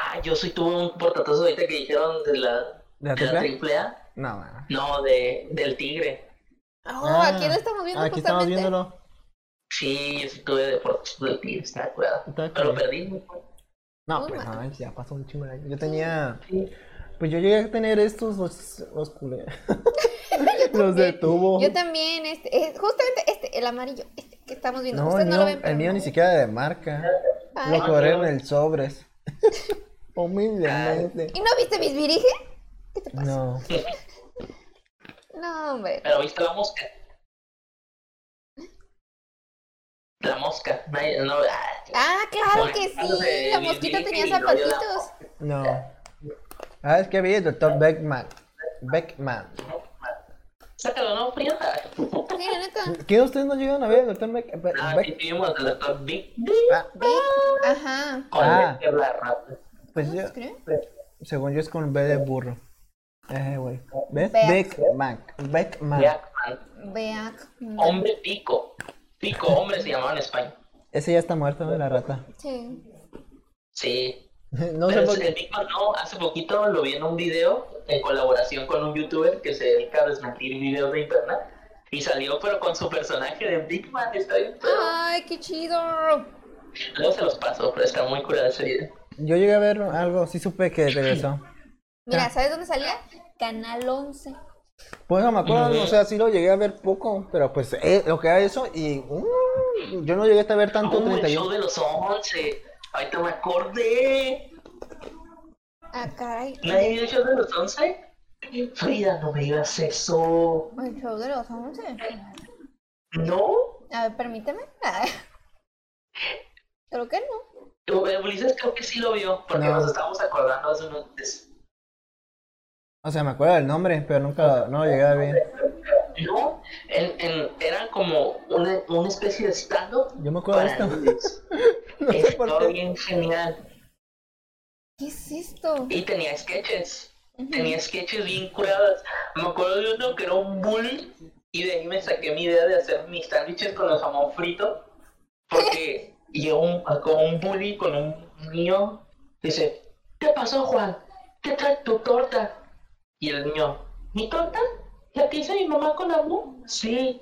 S3: Ah, yo sí tuve un portatazo ahorita que dijeron de la,
S1: ¿De la
S3: de la
S1: triple
S3: triple A.
S1: No, man.
S3: No, de, del tigre.
S2: Oh,
S1: Ah,
S2: aquí lo estamos viendo
S1: Aquí estamos
S2: justamente.
S1: viéndolo.
S3: Sí, yo sí tuve deportes del tigre, está cuidado.
S1: Está
S3: Pero lo
S1: cool.
S3: perdí, güey.
S1: No,
S2: Muy
S1: pues
S2: mal.
S1: no, ya pasó un chingo de años. Yo tenía.
S3: Sí.
S1: Pues yo llegué a tener estos los, los culé. los de tubo.
S2: Yo también, este, es justamente este, el amarillo, este que estamos viendo.
S1: No, el
S2: Ustedes no lo
S1: mío,
S2: ven. pero
S1: el mío
S2: no. Ah,
S1: ni siquiera de marca.
S2: Ay.
S1: Lo corrieron en el sobres. Humildemente.
S2: ¿Y no viste mis virige? ¿Qué te pasa?
S1: No.
S2: No, hombre.
S3: Pero viste la mosca. La mosca. Nadie- no, ah,
S2: Ah, claro
S3: Bueno,
S2: que
S3: hablando
S2: sí.
S3: de
S2: La
S3: mis
S2: mosquita
S3: virige
S2: tenía
S3: y no, yo la-
S2: zapatitos.
S1: No. Ah, es que vi el doctor Beckman. Beckman.
S3: Sácalo, no, frienda.
S2: Sí, la neta.
S1: ¿Qué ustedes no llegaron a ver el doctor Beck- Be-
S3: Ah, aquí
S1: Beck-
S3: tuvimos el doctor Big Big
S1: Ah,
S2: Ve, Ajá.
S3: con
S1: Ah.
S3: el que la rata.
S1: pues yo,
S2: ¿Creo?
S1: según yo es con B de burro. Eh, güey. ¿Ves?
S2: Beck.
S1: Beckman. Beckman.
S3: Jackman.
S2: Vea.
S3: Hombre pico. Pico, hombre se llamaba en España.
S1: Ese ya está muerto de la rata.
S2: Sí.
S3: Sí.
S1: No sé
S3: Pero
S1: por
S3: el
S1: qué.
S3: Big Mac no, hace poquito lo vi en un video en colaboración con un youtuber que se dedica a desmentir videos de internet. Y salió pero con su personaje de Big Man, está bien. pero
S2: Ay, qué chido.
S3: Luego se los paso, pero está muy curado ese video.
S1: Yo llegué a ver algo, sí supe que regresó.
S2: Mira, ¿sabes dónde salía? Canal 11.
S1: Pues no me acuerdo,
S3: Ujú.
S1: o sea, sí lo llegué a ver poco, pero pues eh, lo que era eso y mm, yo no llegué hasta ver tanto
S3: Uh, el show
S1: 31.
S3: de los 11. Ahorita me acordé.
S2: Ah, caray.
S3: ¿Nadie vio el show de los 11? Frida, no me digas eso.
S2: El show de los 11.
S3: ¿No?
S2: A ver, permíteme. Creo que no.
S3: eh, Ulises creo que sí lo vio, porque
S1: No.
S3: nos estábamos acordando hace unos meses.
S1: O sea, me acuerdo del nombre, pero nunca no lo llegué a ver.
S3: No, en, en, eran como una, una especie de stand-up
S1: Yo me acuerdo de
S3: para
S1: esto.
S3: niños.
S1: No sé por
S3: Estaba
S1: qué.
S3: bien genial.
S2: ¿Qué es esto?
S3: Y tenía sketches. Tenía sketches bien curados. Me acuerdo de uno que era un bully. Y de ahí me saqué mi idea de hacer mis sándwiches con el jamón frito. Porque llegó un, con un bully, con un niño. Dice, ¿qué pasó, Juan? ¿Qué trae tu torta? Y el niño, ¿mi torta? ¿La que hizo mi mamá con amor? Sí.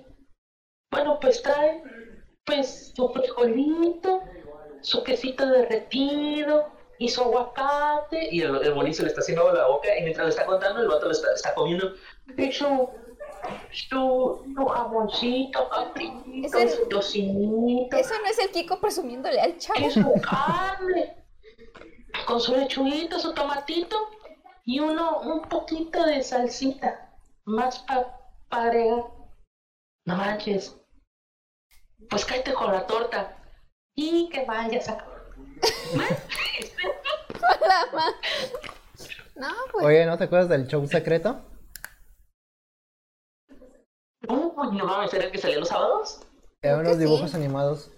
S3: Bueno, pues trae pues su frijolito, su quesito derretido y su aguacate. Y el, el bolillo se le está haciendo agua a la boca y mientras lo está contando, el vato lo está, está comiendo. Y su, su, su jamoncito, papito,
S2: Ese-
S3: su tocinito,
S2: Eso no es el Kiko presumiéndole al chavo.
S3: y su carne, con su lechuguito, su tomatito y uno, un poquito de salsita, más para agregar. No manches. Pues cállate con la torta. Y que vayas a...
S2: No, pues.
S1: Oye, ¿no te acuerdas del show secreto?
S3: Uy, no mames, ¿era el que salía los sábados?
S1: Eran
S2: Creo que
S1: unos dibujos
S2: sí.
S1: animados.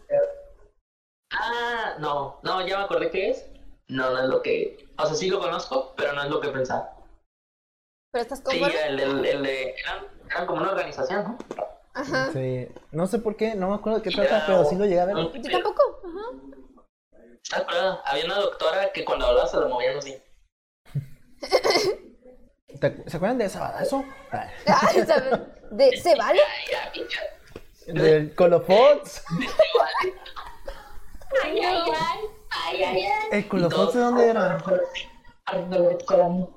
S3: Ah, no, no, ya me acordé qué es. No, no es lo que... O sea, sí lo conozco, pero no es lo que pensaba.
S2: Pero estás
S3: Sí,
S2: conforme.
S3: era el, el, el de... Eran, eran como una organización, ¿no?
S2: Ajá.
S1: Sí. No sé por qué, no me acuerdo de qué
S3: Y
S1: trata,
S3: era
S1: pero
S3: un-
S1: sí lo llegué a ver.
S3: un-
S2: Yo tampoco. Ajá.
S3: Ah, claro, había una doctora que cuando hablaba se lo movían los dientes.
S1: ¿Te- ¿Se acuerdan de Sabadazo? Ah,
S2: Ah, ¿sabes? De- ¿Se vale?
S3: Ay, ya, pinche.
S1: Del Colofox.
S3: Ay, ay, ay, ay, ay, ay.
S1: ¿El
S3: Y todos-
S1: Colofox de dónde era?
S3: Arregló el colón.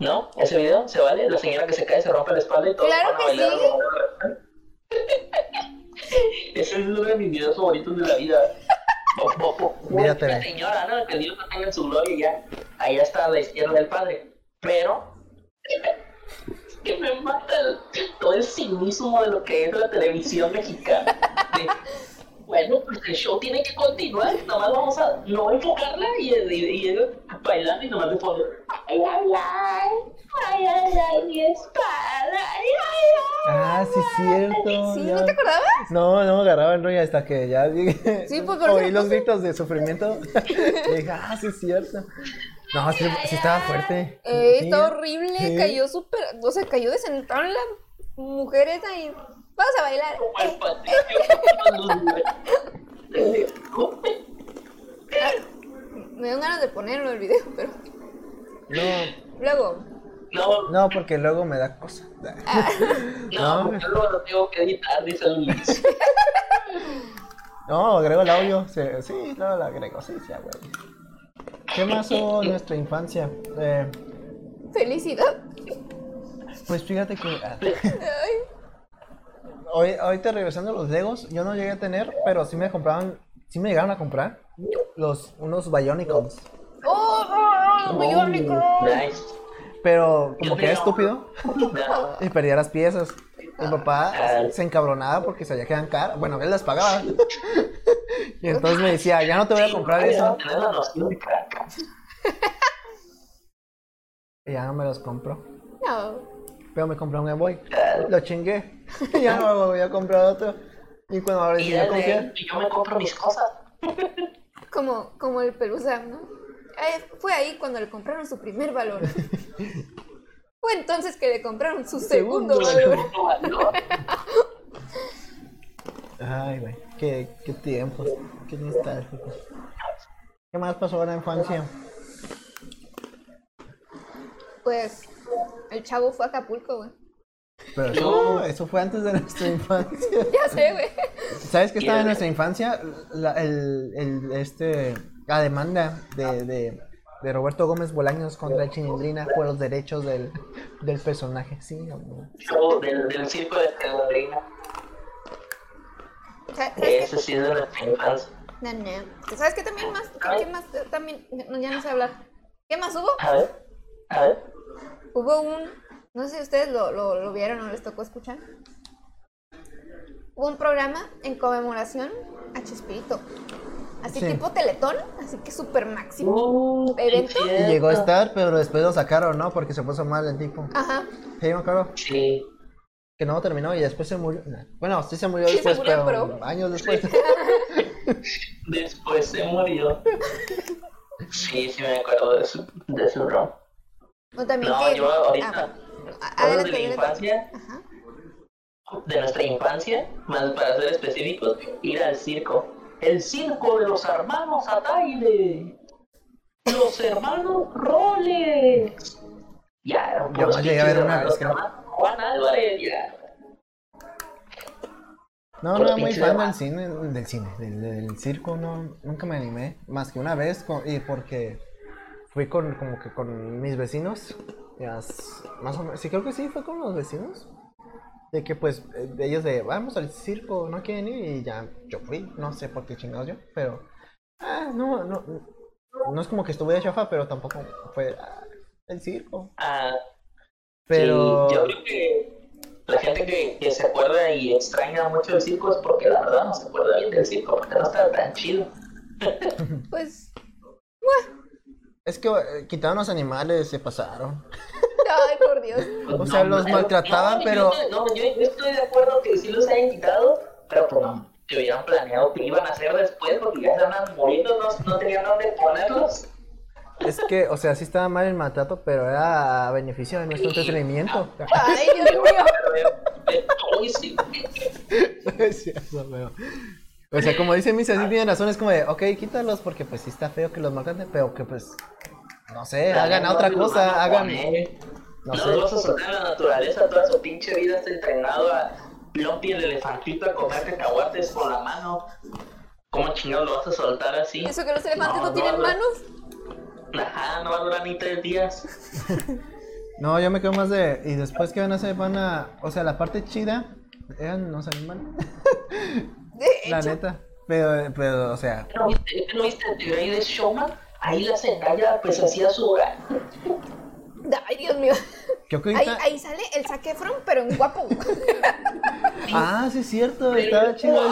S3: No, ese video se vale. La señora que se cae se rompe la espalda y todo.
S2: Claro que sí.
S3: Ese es uno de mis videos favoritos de la vida. Bo- bo- bo-
S1: Mírate.
S3: La señora, ¿no? Que Dios no tenga en su gloria ya. Allá está a la izquierda del padre. Pero. Que me mata el- todo el cinismo de lo que es la televisión mexicana. De, bueno, pues el show tiene que continuar, nomás vamos a no enfocarla y, y, y él bailando y nomás le pone ay, ay, ay, ay, ay, ay, mi espada, ay, ay, ay.
S1: Ah, sí, cierto.
S2: ¿Sí?
S1: ya.
S2: ¿No te acordabas?
S1: No, no me agarraba el rollo hasta que ya vi-
S2: Sí, pues, por eso
S1: oí
S2: me
S1: los
S2: puse.
S1: gritos de sufrimiento. Y dije, ah, sí es cierto. No, sí, sí estaba fuerte.
S2: Eh,
S1: Sí.
S2: está horrible.
S1: Sí.
S2: Cayó súper. O sea, cayó de sentado en la mujer esa y. Vamos a bailar. Eh,
S3: Como el patillo.
S2: ah, Me dio ganas de ponerlo en el video, pero.
S1: No,
S2: Luego.
S3: No,
S1: No, porque luego me da cosa.
S3: no,
S1: No.
S3: porque luego lo tengo que editar, dice Luis.
S1: No, agrego el audio. Sí, sí luego lo agrego. Sí, sí, a huevo. ¿Qué más hubo en nuestra infancia? Eh,
S2: Felicidad.
S1: pues fíjate que. ah,
S2: Ay.
S1: Hoy, ahorita regresando a los Legos, yo no llegué a tener, pero sí me compraban. Sí me llegaron a comprar los unos Bionicles.
S2: Oh, oh, oh, muy rico.
S3: Nice.
S1: Pero como que era estúpido
S3: No.
S1: y perdía las piezas. Mi papá se encabronaba porque sabía que eran caras. Bueno, él las pagaba. Y entonces me decía, ya no te voy a comprar eso.
S3: Tener la noción de crack.
S1: Y ya no me los compro.
S2: No.
S1: Pero me compré un Game Boy. Lo chingué. ya no me voy a comprar otro. Y cuando ahora
S3: Y
S1: sí Pues, ya
S3: desde ahí,
S1: confié.
S3: yo me compro mis cosas.
S2: Como, como el Perusam, ¿no? Eh, fue ahí cuando le compraron su primer valor. fue entonces que le compraron su segundo,
S1: Segundo.
S2: valor.
S3: Segundo valor.
S1: Ay, güey. Qué, qué tiempos. Qué nostálgico. ¿Qué más pasó en la infancia?
S2: Pues el chavo fue a Acapulco, güey.
S1: Pero eso, eso fue antes de nuestra infancia.
S2: Ya sé, güey.
S1: ¿Sabes qué estaba en nuestra infancia? La- el, el- este, la demanda de, de- de Roberto Gómez Bolaños contra Chilindrina por los derechos del, del personaje. Sí, amor.
S3: Show del, del circo de Telodrina.
S2: Sa- ¿Sabes
S3: Ese sí es de nuestra infancia.
S2: qué? No, no. ¿Sabes qué también más? ¿Qué más? También, no, ya no sé hablar. ¿Qué más hubo?
S3: A ver, a ver.
S2: Hubo un, no sé si ustedes lo, lo, lo vieron o les tocó escuchar. Hubo un programa en conmemoración a Chespirito. Así
S1: Sí.
S2: tipo Teletón, así que super máximo.
S3: Uh,
S2: ¿Evento?
S3: sí,
S1: Y llegó a estar, pero después lo sacaron, ¿no? Porque se puso mal el tipo.
S2: Ajá.
S1: Sí, me acuerdo
S3: Sí.
S1: que no terminó y después se murió. Nah. Bueno, sí se murió
S2: Sí se
S1: después,
S2: murió,
S1: pero,
S2: pero-
S1: años después.
S3: Después se murió. Sí, sí me acuerdo de su, de su rom.
S2: O también
S3: No,
S2: que.
S3: yo
S2: ah,
S3: ahorita.
S2: a-
S3: Cosas
S2: adelante,
S3: de la
S2: adelante.
S3: infancia,
S2: Ajá.
S3: de nuestra infancia, más para ser específicos, ir al circo. El circo de los hermanos Ataide. Los hermanos Roles. Ya, era un
S1: Yo llegué a ver una
S3: hermano,
S1: vez que no-
S3: Juan Álvarez, ya.
S1: No,
S3: Por
S1: no, muy
S3: pinche
S1: fan
S3: mamá.
S1: del cine, del cine, del, del circo, no, nunca me animé, más que una vez, con- y porque fui con, como que con mis vecinos, ya s- más o menos, sí creo que sí, fue con los vecinos, de que pues, eh, ellos de, vamos al circo, no quieren ir, y ya, yo fui, no sé por qué chingados yo, pero, ah, no, no, no es como que estuve de chafa, pero tampoco fue, ah, el circo,
S3: Ah,
S1: pero...
S3: Sí, yo creo que la gente que, que se acuerda y extraña mucho el circo es porque la verdad no se acuerda bien del circo, porque no está tan chido.
S2: Pues.
S1: Es que eh, quitaron los animales, se pasaron.
S2: Ay, por Dios.
S1: O sea, los maltrataban,
S3: yo-
S1: pero-
S3: No, yo, yo estoy de acuerdo que sí los hayan quitado, pero pues no, que hubieran planeado qué iban a hacer después, porque ya estaban muriendo, no, no tenían dónde ponerlos.
S1: Es que, o sea, sí estaba mal el maltrato, pero era a beneficio de nuestro entretenimiento.
S3: Ah.
S2: Ay, Dios mío.
S3: Uy, sí.
S1: Eh, Sí, eso, pero- o sea, como dice Misa, sí tiene razón, es como de, ok, quítalos porque pues sí está feo que los maltraten, pero que pues, no sé, hagan otra
S3: No los van
S1: cosa,
S3: a
S1: hagan,
S3: poner.
S1: no
S3: No,
S1: sé.
S3: vas a soltar a la naturaleza, toda su pinche vida has entrenado a Lumpy el elefantito a comer cacahuates con la mano. ¿Cómo chingado lo vas a soltar así?
S2: Eso que los elefantes no,
S3: No,
S2: tienen
S3: no, no.
S2: manos.
S3: Ajá, no va a durar ni tres días.
S1: No, yo me quedo más de, y después que van a hacer, van a, o sea, la parte chida, eran los animales,
S2: De
S1: la
S2: hecho,
S1: neta, pero, pero, o sea,
S3: ¿No viste, no viste el rey de Showman? Ahí la Zendaya pues hacía su hogar.
S2: Ay, Dios mío.
S1: creo que
S2: Ahí,
S1: ahorita,
S2: ahí sale el saquefron, pero en guapo.
S1: ah, sí es cierto, estaba chido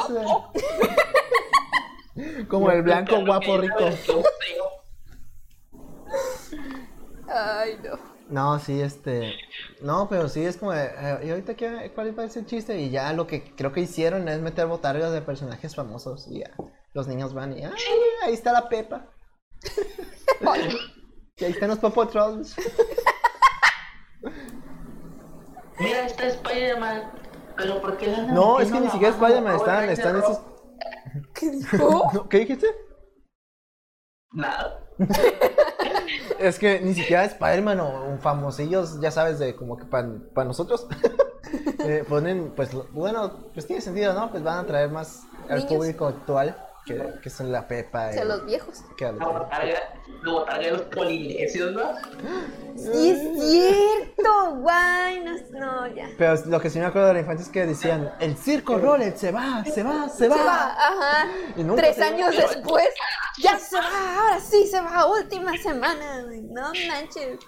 S1: ese, como el blanco guapo rico.
S2: Ay, no.
S1: No, sí, este. No, pero sí es como. de, eh, ¿Y ahorita qué, cuál va a ser el chiste? Y ya lo que creo que hicieron es meter botargas de personajes famosos. Y ya. Los niños van y. ¡Ay, ahí está la Pepa! y ahí están los Paw Patrol.
S3: Mira, está Spider-Man. Pero ¿por qué la andan
S1: No, es
S3: metiendo
S1: que ni
S3: la
S1: siquiera
S3: mano
S1: Spider-Man.
S3: al Power
S1: Están, están
S3: Ranger rojo?
S1: esos.
S2: ¿Qué dijo?
S1: No, ¿Qué dijiste?
S3: Nada.
S1: Es que ni siquiera Spider-Man o un famosillos, ya sabes, de como que para nosotros. eh, ponen, pues, lo- bueno, pues tiene sentido, ¿no? Pues van a traer más al
S2: Niños.
S1: público actual, que, que son la Pepa.
S2: O sea,
S1: el-
S2: los viejos.
S1: que a los-
S3: Como targa, como targa los polinesios, ¿no?
S2: Sí, es cierto, guay. No, no, ya.
S1: Pero lo que sí me acuerdo de la infancia es que decían, el circo Rolet se va, se va, se va.
S2: Se va, ajá.
S1: Y nunca
S2: Tres
S1: se va.
S2: años después, ya se va, ahora sí se va, última semana. güey, No manches.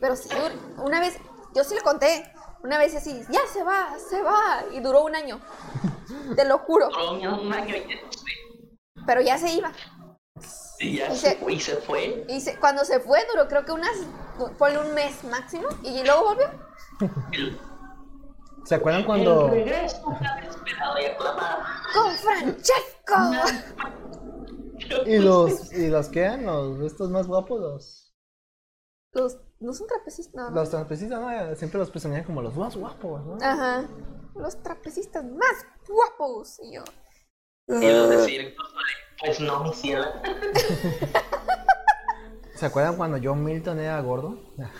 S2: Pero sí, dur- una vez, yo sí le conté, una vez así, ya se va, se va. Y duró un año. Te lo juro.
S3: Todo miedo, un año y ya,
S2: Pero ya se iba.
S3: y ya
S2: Y
S3: se
S2: se-
S3: fue. Y se fue.
S2: Y se- cuando se fue, duró creo que unas, ponle un mes máximo. Y luego volvió.
S3: El,
S1: ¿Se acuerdan cuando...
S3: el regreso tan esperado y aclamado.
S2: ¡Con Francesco!
S1: Y los, y los que eran los, estos más guapos, los,
S2: Los, no son trapecistas, no, no.
S1: los trapecistas, ¿no? siempre los presumían como los más guapos, ¿no?
S2: Ajá. Los trapecistas más guapos. Y yo.
S3: Y los de Circo Soleil, pues no, mi cielo.
S1: ¿Se acuerdan cuando John Milton era gordo?
S2: No
S3: No,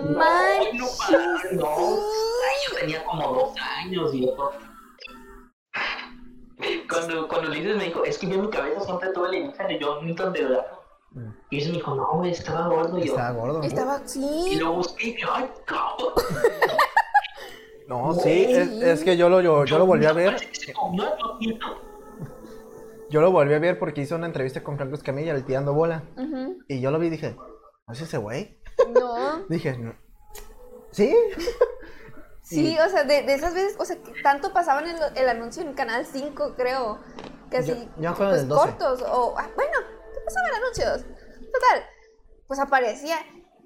S3: no, para,
S2: manches.
S3: no. Ay, yo tenía como dos años, viejo. Cuando, cuando Ulises me dijo, es que yo en mi cabeza siempre tuve la imagen de John Milton de verdad.
S1: Mm.
S3: Y Ulises me dijo, no, güey, estaba gordo. Y yo,
S1: Estaba gordo. ¿no?
S2: Estaba
S3: y
S2: sí.
S3: lo busqué y yo, ay, cabrón.
S1: No, sí, es, es que yo lo, yo, yo lo volví a ver.
S3: Parece que se comió a John Milton.
S1: Yo lo volví a ver porque hizo una entrevista con Franco Escamilla, el tirando bola.
S2: Ujú.
S1: Y yo lo vi y dije, ¿no es ese güey?
S2: No.
S1: Dije, "No". ¿sí?
S2: Sí, o sea, de, de esas veces, o sea, que tanto pasaban el, el anuncio en Canal 5, creo. Casi
S1: Yo- yo me acuerdo
S2: pues,
S1: del 12.
S2: cortos. O, ah, bueno, ¿qué pasaban anuncios? Total. Pues aparecía.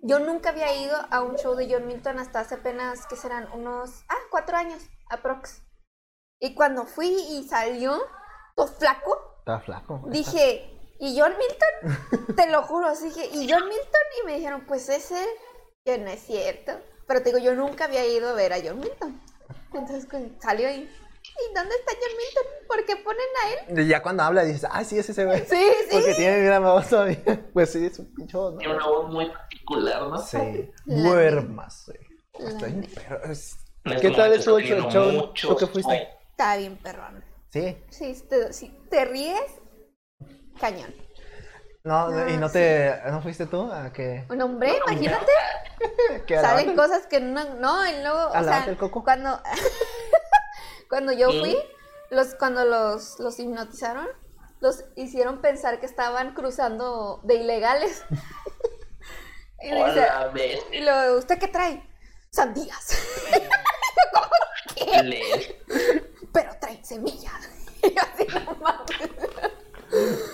S2: Yo nunca había ido a un show de John Milton hasta hace apenas, que serán unos, ah, cuatro años, aprox. Y cuando fui y salió, todo flaco,
S1: Estaba flaco.
S2: Dije, ¿y John Milton? Te lo juro, así dije, ¿y John Milton? Y me dijeron, pues es él. Yo, no es cierto. Pero te digo, yo nunca había ido a ver a John Milton. Entonces cu- salió y, ¿y dónde está John Milton? ¿Por qué ponen a él?
S1: Y ya cuando habla dices, ah, sí, es ese güey.
S2: Sí,
S1: Porque
S2: sí.
S1: tiene mi gran voz todavía. Pues sí, es un pinche voz, ¿no?
S3: Tiene una voz muy particular, ¿no?
S1: Sí,
S2: La
S1: duérmase.
S2: La
S1: Estoy
S2: neta.
S1: pero es-
S3: En
S1: ¿Qué
S3: este
S1: tal
S3: momento
S1: estuvo el
S3: está
S1: show?
S3: teniendo
S1: show-
S3: mucho
S1: show que fuiste?
S3: sueño.
S2: Está bien, perrón.
S1: Sí.
S2: Sí, te, sí, te ríes, cañón.
S1: No, no, y
S2: Ah,
S1: no te no fuiste tú a que
S2: Un hombre, imagínate, Pues,
S1: que a la
S2: salen
S1: banda?
S2: cosas que no, no, y luego,
S1: ¿A
S2: o
S1: la
S2: sea,
S1: vaca el coco?
S2: cuando, cuando yo
S3: ¿Mm?
S2: fui, los, cuando los, los hipnotizaron, los hicieron pensar que estaban cruzando de ilegales. y le dice,
S3: Hola, ves,
S2: y luego, ¿usted qué trae? Sandías. ¿Cómo que?
S3: le-
S2: Pero traen semillas. y yo así, no mames.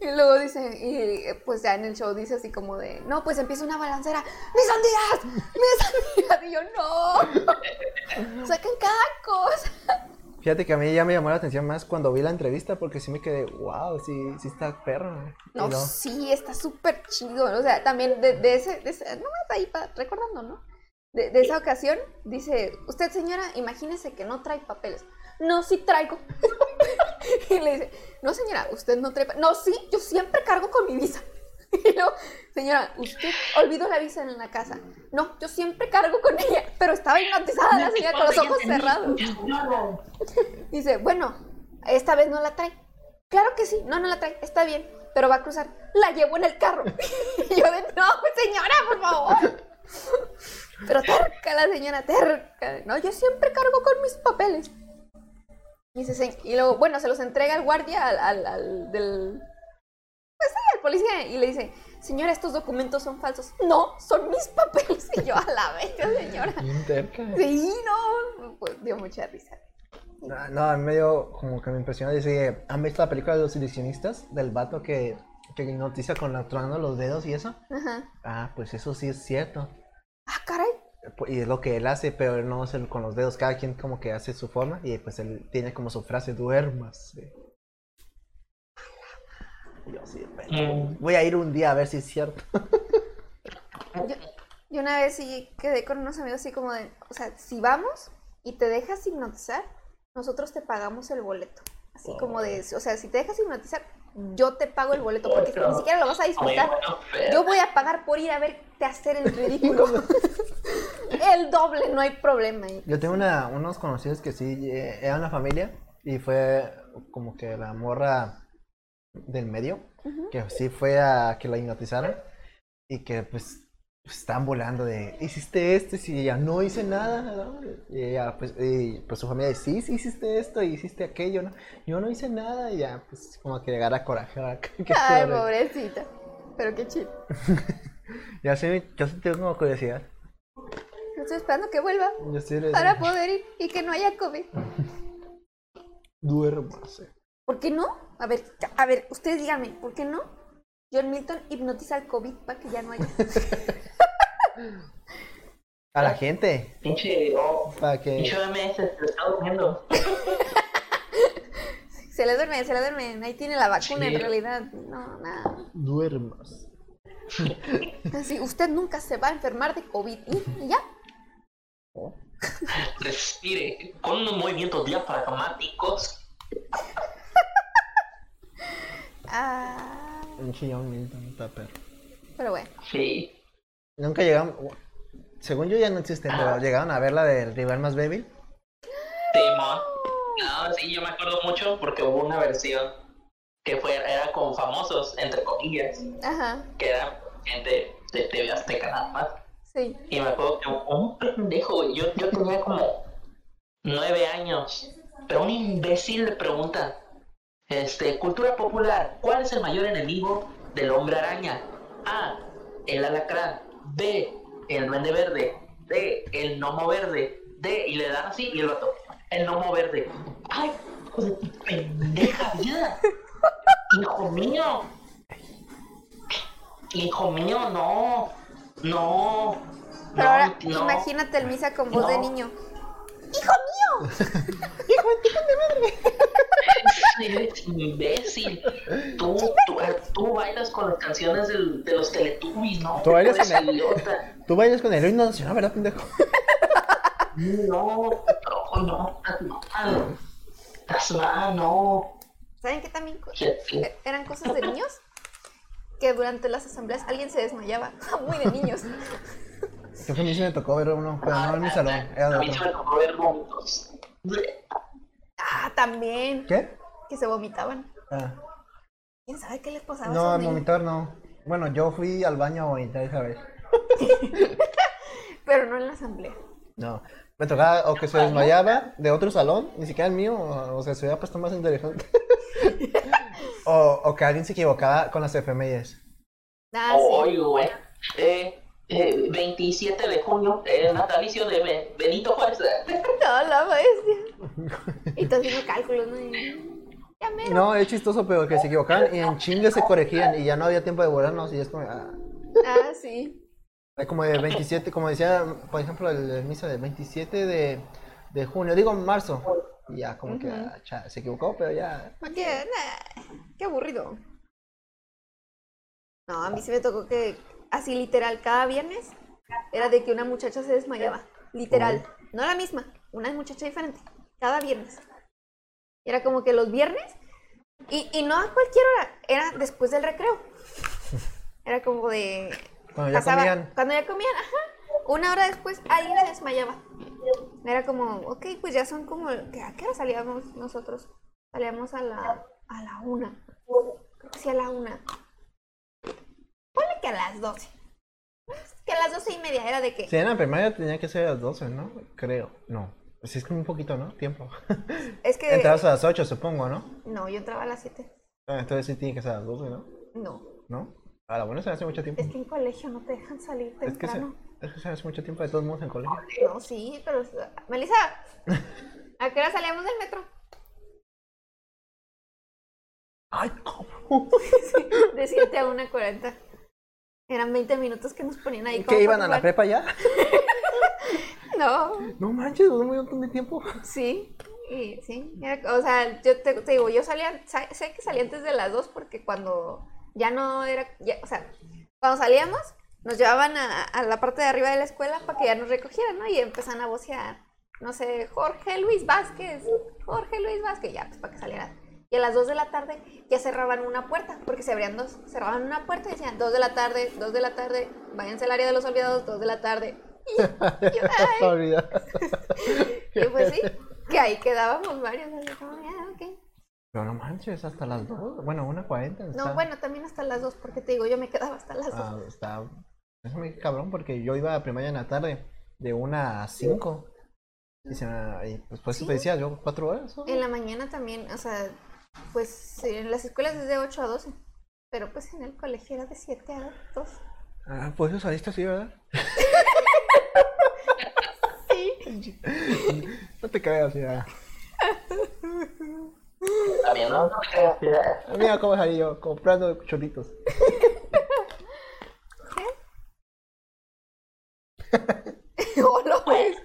S2: Y luego dice, y eh, pues ya en el show dice así como de, no, pues empieza una balancera, ¡mis sandías! ¡mis sandías! Y yo, no, sacan cada cosa.
S1: Fíjate que a mí ya me llamó la atención más cuando vi la entrevista porque sí me quedé, wow, sí, sí está perro. ¿no?" Y
S2: No,
S1: luego,
S2: sí, está súper chido. O sea, también de, de ese, de ese- nomás ahí pa- recordando, ¿no? De, de esa ocasión, dice, usted señora, imagínese que no trae papeles. No, sí traigo. y le dice, no señora, usted no trae pa- No, sí, yo siempre cargo con mi visa. Y luego, señora, usted olvidó la visa en la casa. No, yo siempre cargo con ella. Pero estaba hipnotizada la señora con los ojos cerrados. Dice, bueno, esta vez no la trae. Claro que sí, no, no la trae, está bien, pero va a cruzar. La llevo en el carro. y yo de, no, señora, por favor. pero terca la señora, terca. No, yo siempre cargo con mis papeles. Y, dice, "Se- y luego, bueno, se los entrega al guardia, al, al- al del... Pues sí, al policía. Y le dice, señora, estos documentos son falsos. No, son mis papeles. Y yo, a la vez, señora.
S1: bien terca.
S2: Sí, no, pues dio mucha risa.
S1: No, no, a mí me dio como que me impresionó. Dice, ¿han visto la película de los ilusionistas? Del vato que, que hipnotiza con la tronando los dedos y eso.
S2: Ajá.
S1: Ah, pues eso sí es cierto.
S2: Ah, caray.
S1: Y es lo que él hace, pero él no es el con los dedos. Cada quien como que hace su forma y pues él tiene como su frase, duermas. Yo sí, pero-
S3: Mm.
S1: Voy a ir un día a ver si es cierto.
S2: Yo, yo una vez sí quedé con unos amigos así como de, o sea, si vamos y te dejas hipnotizar, nosotros te pagamos el boleto. Así como de, o sea, si te dejas hipnotizar, yo te pago el boleto porque
S3: Otro.
S2: ni siquiera lo vas a disfrutar.
S3: Muy buena oferta.
S2: Yo voy a pagar por ir a verte hacer el ridículo. el doble, no hay problema.
S1: Yo tengo una- unos conocidos que sí eh, eran la familia y fue como que la morra del medio, que sí fue a que la hipnotizaron y que pues están volando de, hiciste esto y ella no hice nada, ¿no? Y ella, pues, y, pues, su familia dice, sí, sí hiciste esto y hiciste aquello, ¿no? Yo no hice nada y ya pues como que llegara coraje. ahora que- que
S2: Ay,
S1: llore.
S2: pobrecita. Pero qué chido.
S1: Ya sé, yo sí tengo curiosidad.
S2: Estoy esperando que vuelva
S1: Yo sí le-
S2: para poder ir y que no haya COVID.
S1: duérmase.
S2: ¿Por qué no? A ver, ya, a ver, ustedes díganme, ¿por qué no? John Milton hipnotiza al COVID para que ya no haya.
S1: A la gente,
S3: Pinche, oh,
S1: para que...
S3: pinche OMS se está durmiendo.
S2: Se le duerme, se le duerme. Ahí tiene la vacuna
S3: Sí.
S2: en realidad. No, nada.
S1: Duermas.
S2: Así, usted nunca se va a enfermar de COVID. ¿Y ya?
S3: Respire con unos movimientos diafragmáticos.
S2: Ah,
S1: Un chillón Milton, está perro.
S2: pero bueno.
S3: Sí.
S1: Nunca llegamos. Según yo ya no existe, pero llegaron a ver la del rival más débil.
S3: Simón. No, sí, yo me acuerdo mucho porque hubo una versión que fue, era con famosos, entre comillas,
S2: Ajá,
S3: que era gente de TV Azteca nada más.
S2: sí.
S3: Y me acuerdo que un pendejo, güey, yo, yo tenía como nueve años, pero un imbécil le pregunta, este, cultura popular, ¿cuál es el mayor enemigo del hombre araña? A, el alacrán, B, el duende verde, D, el gnomo verde, D, y le dan así, y el vato, el gnomo verde. ¡Ay, hijo de tu pendeja vida! ¡Hijo mío! ¡Hijo mío, no! ¡No!
S2: Pero
S3: no,
S2: ahora,
S3: no.
S2: imagínate el misa con voz de
S3: No.
S2: niño.
S3: Eres imbécil. Tú, tú, tú bailas con las canciones del- de los Teletubbies, ¿no?
S1: Tú bailas
S3: Eres
S1: en el-
S3: idiota.
S1: Tú bailas con el himno nacional, ¿verdad, pendejo?
S3: No, no, no, estás mal. Estás mal, no.
S2: ¿Saben qué también? co-
S3: Qué feo.
S2: e- Eran cosas de niños que durante las asambleas alguien se desmayaba. Muy de niños.
S1: Creo que a mí sí me tocó ver uno, pero no en mi salón, era de
S3: A mí se
S1: otro.
S3: me tocó ver vómitos.
S2: Ah, también.
S1: ¿Qué?
S2: Que se vomitaban.
S1: Ah,
S2: ¿Quién sabe qué les pasaba a
S1: no,
S2: esos
S1: el
S2: niños?
S1: monitor no. Bueno, yo fui al baño a vomitar esa vez.
S2: Pero no en la asamblea.
S1: No. Me tocaba o que se desmayaba de otro salón, ni siquiera el mío, o o sea, se hubiera puesto más interesante. o, o que alguien se equivocaba con las efemérides.
S2: Ah, sí.
S3: Hoy, güey. Eh, eh, 27 de junio, el natalicio de Be- Benito Juárez.
S2: No, la bestia. Y tú haciendo cálculos, ¿no? Y- Ya mero.
S1: No, es chistoso, pero que se equivocaban y en chinga se corregían y ya no había tiempo de volarnos y es como... ah,
S2: Ah, sí.
S1: Hay Como de 27, como decía, por ejemplo, el, el misa del 27 de, de junio, digo marzo. Y ya, como que ah, cha- se equivocó, pero ya.
S2: ¿Para qué? Nah, qué aburrido. No, a mí se me tocó que así literal cada viernes era de que una muchacha se desmayaba. Literal. No la misma, una muchacha diferente. Cada viernes. Era como que los viernes y, y no a cualquier hora, era después del recreo. Era como de
S1: Cuando ya
S2: pasaba-
S1: comían.
S2: Cuando ya comían, ajá. Una hora después alguien la desmayaba. Era como, ok, pues ya son como, ¿qué- ¿a qué hora salíamos nosotros? Salíamos a la, a la una. Creo que sí, a la una. Ponle que a las doce. Que a las doce y media era de que,
S1: Si era en la primaria tenía que ser a las 12, ¿no? Creo. No. Pues es como un poquito, ¿no? Tiempo.
S2: es que,
S1: Entrabas a las 8, supongo, ¿no?
S2: no, yo entraba a las siete.
S1: Ah, Entonces sí tiene que ser a las 12, ¿no?
S2: No,
S1: ¿No? A la buena se hace mucho tiempo.
S2: es que en colegio no te dejan salir
S1: Es que se,
S2: temprano.
S1: es que se hace mucho tiempo de todos modos en colegio.
S2: No, sí, pero, Melissa, ¿a qué hora salíamos del metro?
S1: ¡Ay, cómo!
S2: De 7 a 1.40. Eran 20 minutos que nos ponían ahí. como
S1: ¿Qué iban
S2: para
S1: a la
S2: jugar.
S1: prepa ya?
S2: No,
S1: No manches, duró un montón de tiempo.
S2: sí. y sí. era- o sea, yo te, te digo, yo salía, sa- sé que salía antes de las 2 porque cuando ya no era, ya- o sea, cuando salíamos nos llevaban a, a la parte de arriba de la escuela para que ya nos recogieran, ¿no? Y empezaban a vocear, no sé, Jorge Luis Vázquez, Jorge Luis Vázquez, ya, pues para que salieran. Y a las 2 de la tarde ya cerraban una puerta, porque se abrían dos. Cerraban una puerta y decían 2 de la tarde, 2 de la tarde, váyanse al área de los olvidados, 2 de la tarde. Y, y, ay, y pues sí, que ahí quedábamos varios. así como, "Ah, ok".
S1: Pero no manches, hasta las 2. Bueno, 1.40. está-
S2: No, bueno, también hasta las 2, porque te digo, yo me quedaba hasta las 2.
S1: Ah, está. Eso me cabrón porque yo iba a primaria en la tarde, de 1 a 5. Y, se me- y pues por eso
S2: Sí.
S1: te decía, yo 4 horas. ¿no?
S2: En la mañana también, o sea, pues sí, en las escuelas es de 8 a 12, pero pues en el colegio era de 7 a 2.
S1: Ah, pues eso saliste así, ¿verdad? sí. No te creas, mira.
S3: También no, no creas, mira,
S1: Mira cómo salí yo, comprando choritos.
S2: ¿O lo ves?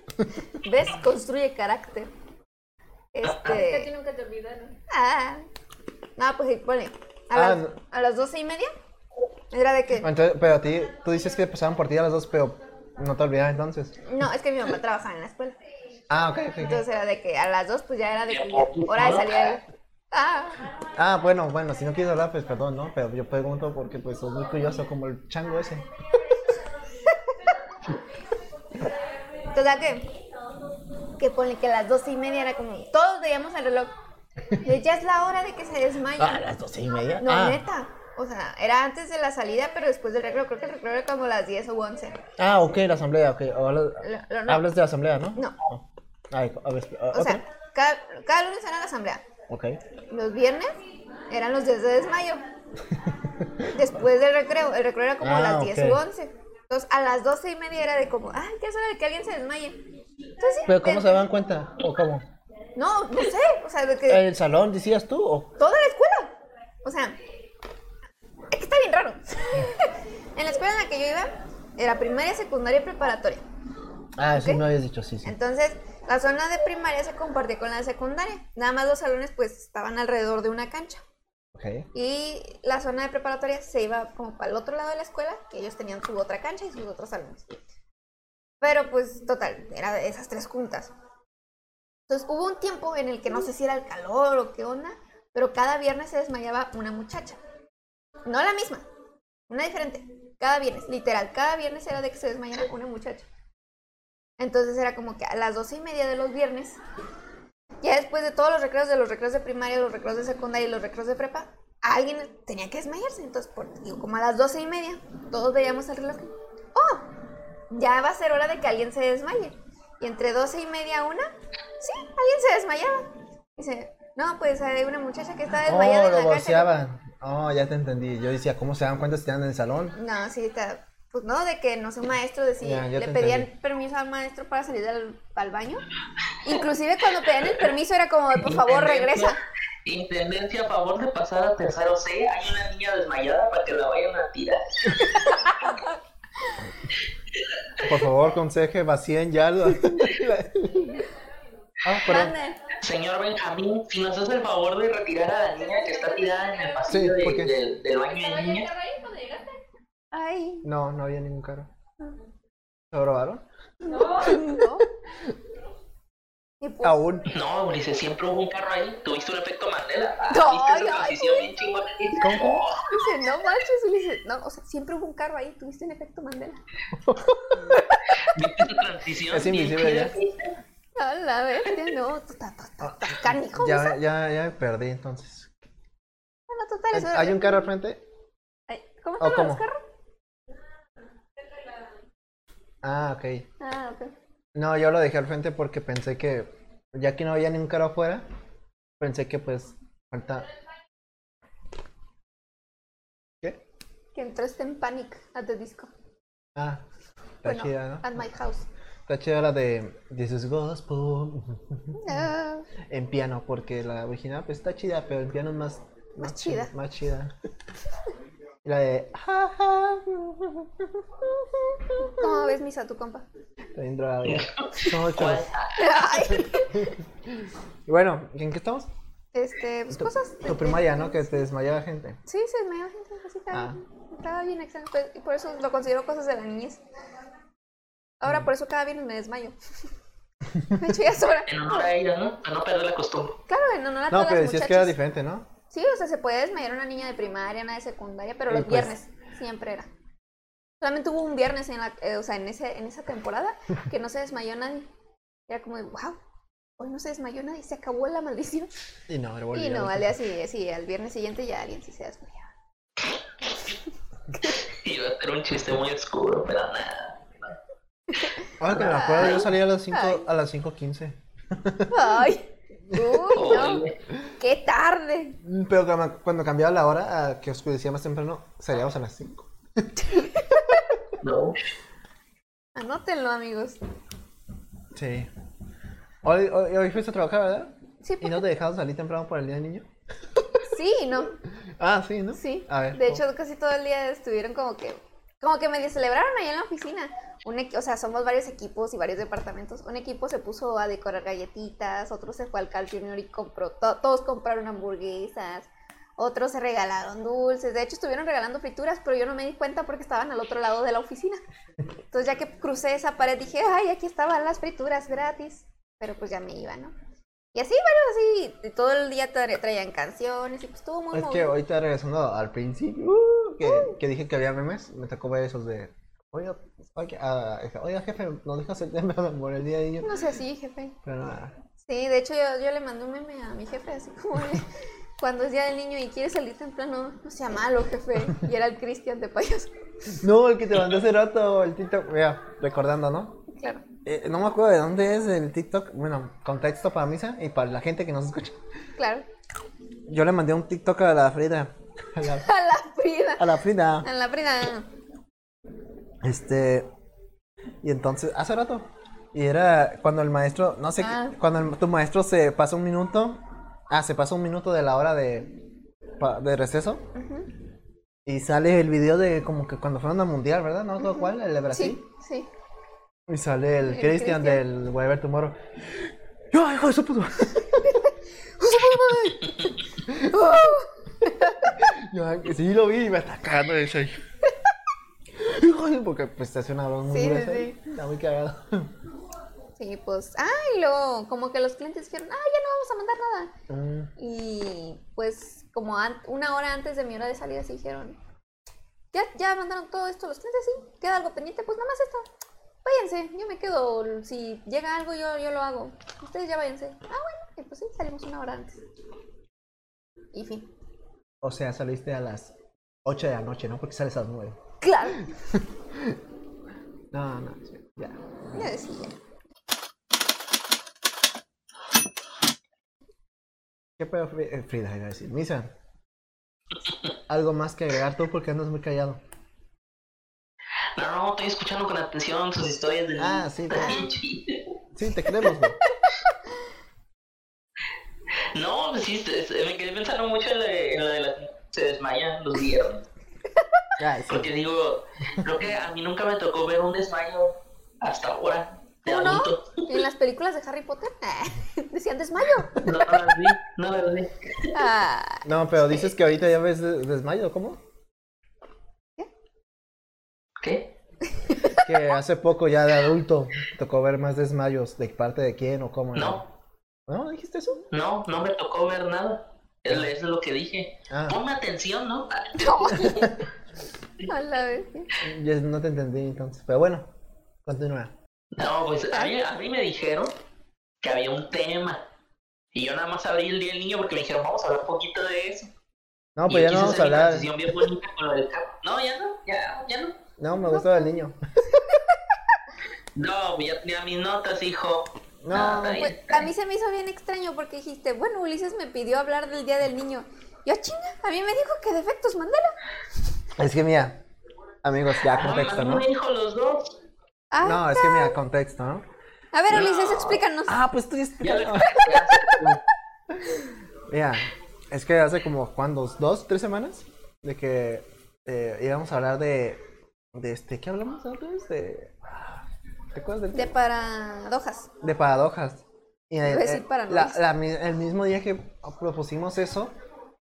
S2: ¿Ves? Construye carácter.
S4: Casi
S2: Este.
S4: nunca te olvidaron.
S2: Ah. No, pues sí, pone. A,
S1: Ah,
S2: las,
S1: no.
S2: a las 12 y media era de que.
S1: Entonces, pero a ti, tú dices que pasaban por ti a las dos, pero no te olvidas entonces.
S2: No, es que mi mamá trabajaba en la escuela.
S1: Ah, ok, ok, ok.
S2: Entonces era de que a las 2 pues ya era de que hora de salir. al- Ah.
S1: Ah, bueno, bueno, si no quieres hablar, pues perdón, ¿no? Pero yo pregunto porque pues soy muy curioso como el chango ese.
S2: Total que, que pone que a las doce y media era como, todos veíamos el reloj. Y ya es la hora de que se
S1: Ah, a
S2: desmayan.
S1: las doce y media.
S2: No,
S1: ah,
S2: neta. O sea, era antes de la salida, pero después del recreo. Creo que el recreo era como las 10 o 11.
S1: ah, ok, la asamblea, ok. O hablas,
S2: Lo- lo- no.
S1: hablas de la asamblea, ¿no?
S2: No.
S1: Ay, a ver, espera,
S2: O
S1: otra.
S2: sea, cada, cada lunes era la asamblea.
S1: Ok.
S2: Los viernes eran los días de desmayo. Después del recreo. El recreo era como a
S1: Ah,
S2: las 10 u
S1: ok.
S2: 11. Entonces, a las doce y media era de como, ay, ya es hora de que alguien se desmaye. Entonces, sí,
S1: ¿Pero cómo
S2: de-
S1: se dan cuenta? ¿O cómo?
S2: No, no sé. O sea, de que...
S1: ¿El salón decías tú o...?
S2: toda la escuela. O sea, es que está bien raro. en la escuela en la que yo iba era primaria, secundaria y preparatoria.
S1: Ah, sí
S2: Ok.
S1: me habías dicho, sí, sí.
S2: Entonces, la zona de primaria se compartía con la de secundaria. Nada más los salones pues estaban alrededor de una cancha.
S1: Ok.
S2: Y la zona de preparatoria se iba como para el otro lado de la escuela, que ellos tenían su otra cancha y sus otros salones. Pero pues total, era de esas tres juntas. Entonces hubo un tiempo en el que no sé si era el calor o qué onda, pero cada viernes se desmayaba una muchacha. No la misma, una diferente. Cada viernes, literal, cada viernes era de que se desmayara una muchacha. Entonces era como que a las doce y media de los viernes, ya después de todos los recreos, de los recreos de primaria, los recreos de secundaria y los recreos de prepa, alguien tenía que desmayarse. Entonces, por, digo, como a las doce y media, todos veíamos el reloj. ¡Oh! Ya va a ser hora de que alguien se desmaye. Y entre doce y media a una, sí, alguien se desmayaba. Dice, no, pues hay una muchacha que está desmayada.
S1: Oh,
S2: en la
S1: lo
S2: cancha".
S1: voceaban. Oh, ya te entendí. Yo decía, ¿cómo se dan cuenta si están en el salón?
S2: No, sí, está- pues no, de que no sé, un maestro decía,
S1: Ya, ya
S2: le
S1: te
S2: pedían
S1: entendí.
S2: permiso al maestro para salir al, al baño. Inclusive cuando pedían el permiso era como, de, por favor, regresa.
S3: Intendencia a favor de pasar a tercero C. Hay una niña desmayada para que la vayan a tirar.
S1: Por favor, conseje, vacíen ya. la- la- ah, perdón.
S2: Mande.
S3: Señor Benjamín, si nos hace el favor de retirar a la niña que está tirada en el pasillo
S1: Sí, ¿por qué?
S3: de- del, del baño
S4: ¿Estaba
S3: de
S4: yo en
S3: niña.
S4: carro ahí cuando llegaste?
S2: Ay,
S1: No, no había ningún carro. ¿Lo robaron?
S4: No.
S2: no. Y pues,
S1: Aún.
S3: No, Ulises, siempre hubo un carro ahí. Tuviste un efecto Mandela. Ah,
S2: No,
S3: ¿Viste esa
S2: no,
S3: transición bien chingona? Oh,
S1: ¿Cómo, cómo?
S2: dice, no manches, Ulises. No, o sea, siempre hubo un carro ahí, tuviste un efecto Mandela.
S3: ¿Viste esa transición?
S1: Es
S3: bien
S1: invisible
S3: chida?
S1: ya.
S2: A la bestia, no, tú estás canijo. o sea,
S1: Ah, Ya, ya, ya me perdí entonces.
S2: bueno, total, es
S1: ¿Hay un carro al frente?
S2: Ay, eh, ¿Cómo
S1: ¿O
S2: están
S1: cómo?
S2: los carros?
S1: Ah, ok.
S2: Ah, ok.
S1: No, yo lo dejé al frente porque pensé que, ya que no había ningún carro afuera, pensé que pues falta... ¿Qué?
S2: Que entraste en panic at the disco.
S1: Ah, está
S2: Bueno,
S1: chida, ¿no?
S2: at my house.
S1: Está chida la de This is Gospel
S2: Ah.
S1: en piano, porque la original pues está chida, pero en piano es más,
S2: Más chida.
S1: Más chida. Y la de... "Ah, ah,
S2: ¿Cómo ves misa tu compa?
S1: está bien drogada ya. No,
S3: ¿Cuál?
S1: chavos. Y bueno, ¿en qué estamos?
S2: Este, pues
S1: Tu,
S2: cosas. de-
S1: tu primaria, ¿no? Que te desmayaba gente.
S2: Sí, se me dio gente así estaba
S1: Ah.
S2: bien- Estaba bien exacto. Y
S1: Mm.
S2: por eso lo considero cosas de la niñez. Ahora, por eso cada viernes me desmayo. Me eché ya sobra.
S3: En honor a ella, ¿no? Para no perder la costumbre.
S2: Claro, no, no,
S1: No,
S2: todas
S1: pero
S2: las
S1: decías que era
S2: muchachas.
S1: diferente, ¿no?
S2: Sí, o sea, se puede desmayar una niña de primaria, una de secundaria, pero
S1: Eh,
S2: los
S1: pues.
S2: viernes siempre era. Solamente hubo un viernes en la, eh, o sea, en ese, en esa temporada que no se desmayó nadie. Era como de, wow, hoy no se desmayó nadie, se acabó la maldición.
S1: Y no, era
S2: Y no, al día siguiente, sí, al viernes siguiente ya alguien sí se desmayaba.
S3: Iba a ser un chiste muy oscuro, pero nada.
S1: Ahora que me acuerdo, yo salí a las 5
S2: Ay.
S1: a las 5.15.
S2: Ay, uy, no,
S3: Oye,
S2: qué tarde.
S1: Mm, Pero cuando- cuando cambiaba la hora, a que oscurecía más temprano, salíamos a las 5.
S3: no.
S2: Anótenlo, amigos.
S1: Sí. Hoy, hoy, hoy fuiste a trabajar, ¿verdad?
S2: Sí,
S1: ¿Y no te dejaron salir temprano por el Día del Niño?
S2: sí, y no.
S1: Ah, sí, ¿no?
S2: Sí.
S1: A ver.
S2: de hecho, casi todo el día estuvieron como que, como que medio celebraron ahí en la oficina. Un equi- o sea, somos varios equipos y varios departamentos. Un equipo se puso a decorar galletitas, otro se fue al Carl Jr. y compró, to- todos compraron hamburguesas, otros se regalaron dulces. De hecho, estuvieron regalando frituras, pero yo no me di cuenta porque estaban al otro lado de la oficina. Entonces, ya que crucé esa pared, dije, ay, aquí estaban las frituras gratis. Pero pues ya me iba, ¿no? Y así, varios así, todo el día tra- traían canciones y pues estuvo muy
S1: Es que
S2: movido.
S1: ahorita regresando al principio, uh, que, que dije que había memes, me tocó ver esos de. Oiga, oiga, ah, oiga, jefe, nos dejas salir temprano por el Día del Niño.
S2: No sé, sí, jefe.
S1: Pero nada.
S2: Sí, de hecho yo, yo le mandé un meme a mi jefe, así como de, cuando es día del niño y quiere salir temprano, no sea malo, jefe. Y era el Cristian de payaso.
S1: No, el que te mandé hace rato, el TikTok. Mira, recordando, ¿no?
S2: Claro.
S1: Eh, no me acuerdo de dónde es el TikTok. Bueno, contexto para misa y para la gente que nos escucha.
S2: Claro.
S1: Yo le mandé un TikTok a la Frida. A la,
S2: A la Frida.
S1: a la Frida.
S2: A la Frida.
S1: Este. Y entonces, hace rato. Y era cuando el maestro, no sé, qué-
S2: Ah.
S1: cuando el- tu maestro se pasa un minuto. Ah, se pasa un minuto de la hora de, pa- de receso.
S2: Ujú.
S1: Y sale el video de como que cuando fueron al mundial, ¿verdad? No sé cuál, el de Brasil.
S2: Sí, sí.
S1: Y sale el,
S2: El
S1: Christian
S2: Christian.
S1: del Whatever Tomorrow. ¡Yo, hijo de su puto! Yo, ay, que sí, lo vi y me está cagando de ese. Hijo de porque pues te hace una broma muy
S2: Sí, sí,
S1: gruesa y
S2: sí.
S1: Está muy cagado.
S2: Sí, pues, ay, luego, como que los clientes dijeron, ah, ya no vamos a mandar
S1: Mm.
S2: nada. Y pues como an- una hora antes de mi hora de salida se dijeron, ya, ya mandaron todo esto a los clientes, sí, queda algo pendiente, pues nada más esto. Váyanse, yo me quedo, si llega algo yo, yo lo hago. Ustedes ya váyanse. Ah, bueno, y pues sí, salimos una hora antes. Y fin.
S1: O sea, saliste a las 8 de la noche, ¿no? Porque sales a las 9.
S2: Claro.
S1: No, no, sí, ya.
S2: Yo decía.
S1: ¿Qué pedo, Fri- eh, Frida? Iba a decir. Misa, algo más que agregar tú porque andas muy callado.
S3: No, no, estoy escuchando con atención sus historias de
S1: Ah, sí,
S3: Está
S1: te-
S3: bien chido.
S1: sí, te queremos, güey.
S3: No, pues sí, se- se- me quedé pensando mucho en la de, en la de la- se desmayan los viernes.
S1: Ay, sí.
S3: Porque digo, creo que a mí nunca me tocó ver un desmayo hasta ahora. De
S2: ¿Cómo no?
S3: adulto.
S2: En las películas de Harry Potter decían desmayo.
S3: No, no las vi, no las vi.
S2: Ah,
S1: No, pero dices que ahorita ya ves de- desmayo, ¿cómo?
S3: ¿Qué?
S1: Que hace poco ya de adulto tocó ver más desmayos. ¿De parte de quién o cómo?
S3: No,
S1: ¿No dijiste eso?
S3: no, no me tocó ver nada. Es, es lo que dije.
S1: Ah.
S3: Ponme atención, ¿no?
S2: a la bestia.
S1: Yo no te entendí entonces. Pero bueno, continúa.
S3: No, pues a mí, a mí me dijeron que había un tema. Y yo nada más abrí el día del niño porque me dijeron, vamos a hablar un poquito de eso.
S1: No,
S3: Y
S1: pues
S3: yo
S1: ya no vamos
S3: quise
S1: a
S3: hacer mi
S1: hablar.
S3: transición bien bonita con lo del capo. No, ya no, ya, ya no.
S1: No, me gustó el niño.
S3: No, pues ya tenía mis notas, hijo.
S1: No.
S3: Ah, está bien,
S2: Pues,
S3: está
S2: a mí se me hizo bien extraño porque dijiste, bueno, Ulises me pidió hablar del Día del Niño. Yo, chinga, a mí me dijo que defectos, mandala.
S1: Es que mira, amigos, ya
S3: bien.
S1: contexto,
S3: Mamá,
S1: ¿no?
S3: me dijo los dos.
S2: Ah,
S1: No, es que mira, contexto, ¿no?
S2: A ver,
S3: no.
S2: Ulises, explícanos.
S1: Ah, pues estoy
S3: Ya lo
S1: explicando. Mira, es que hace como, ¿cuántos? ¿Dos? ¿Tres semanas? De que eh, íbamos a hablar de. de este, ¿Qué hablamos antes? De. ¿Te acuerdas del
S2: De paradojas.
S1: De paradojas. Y el,
S2: Iba a decir
S1: el- la-
S2: paranoias.
S1: la mi- el mismo día que propusimos eso,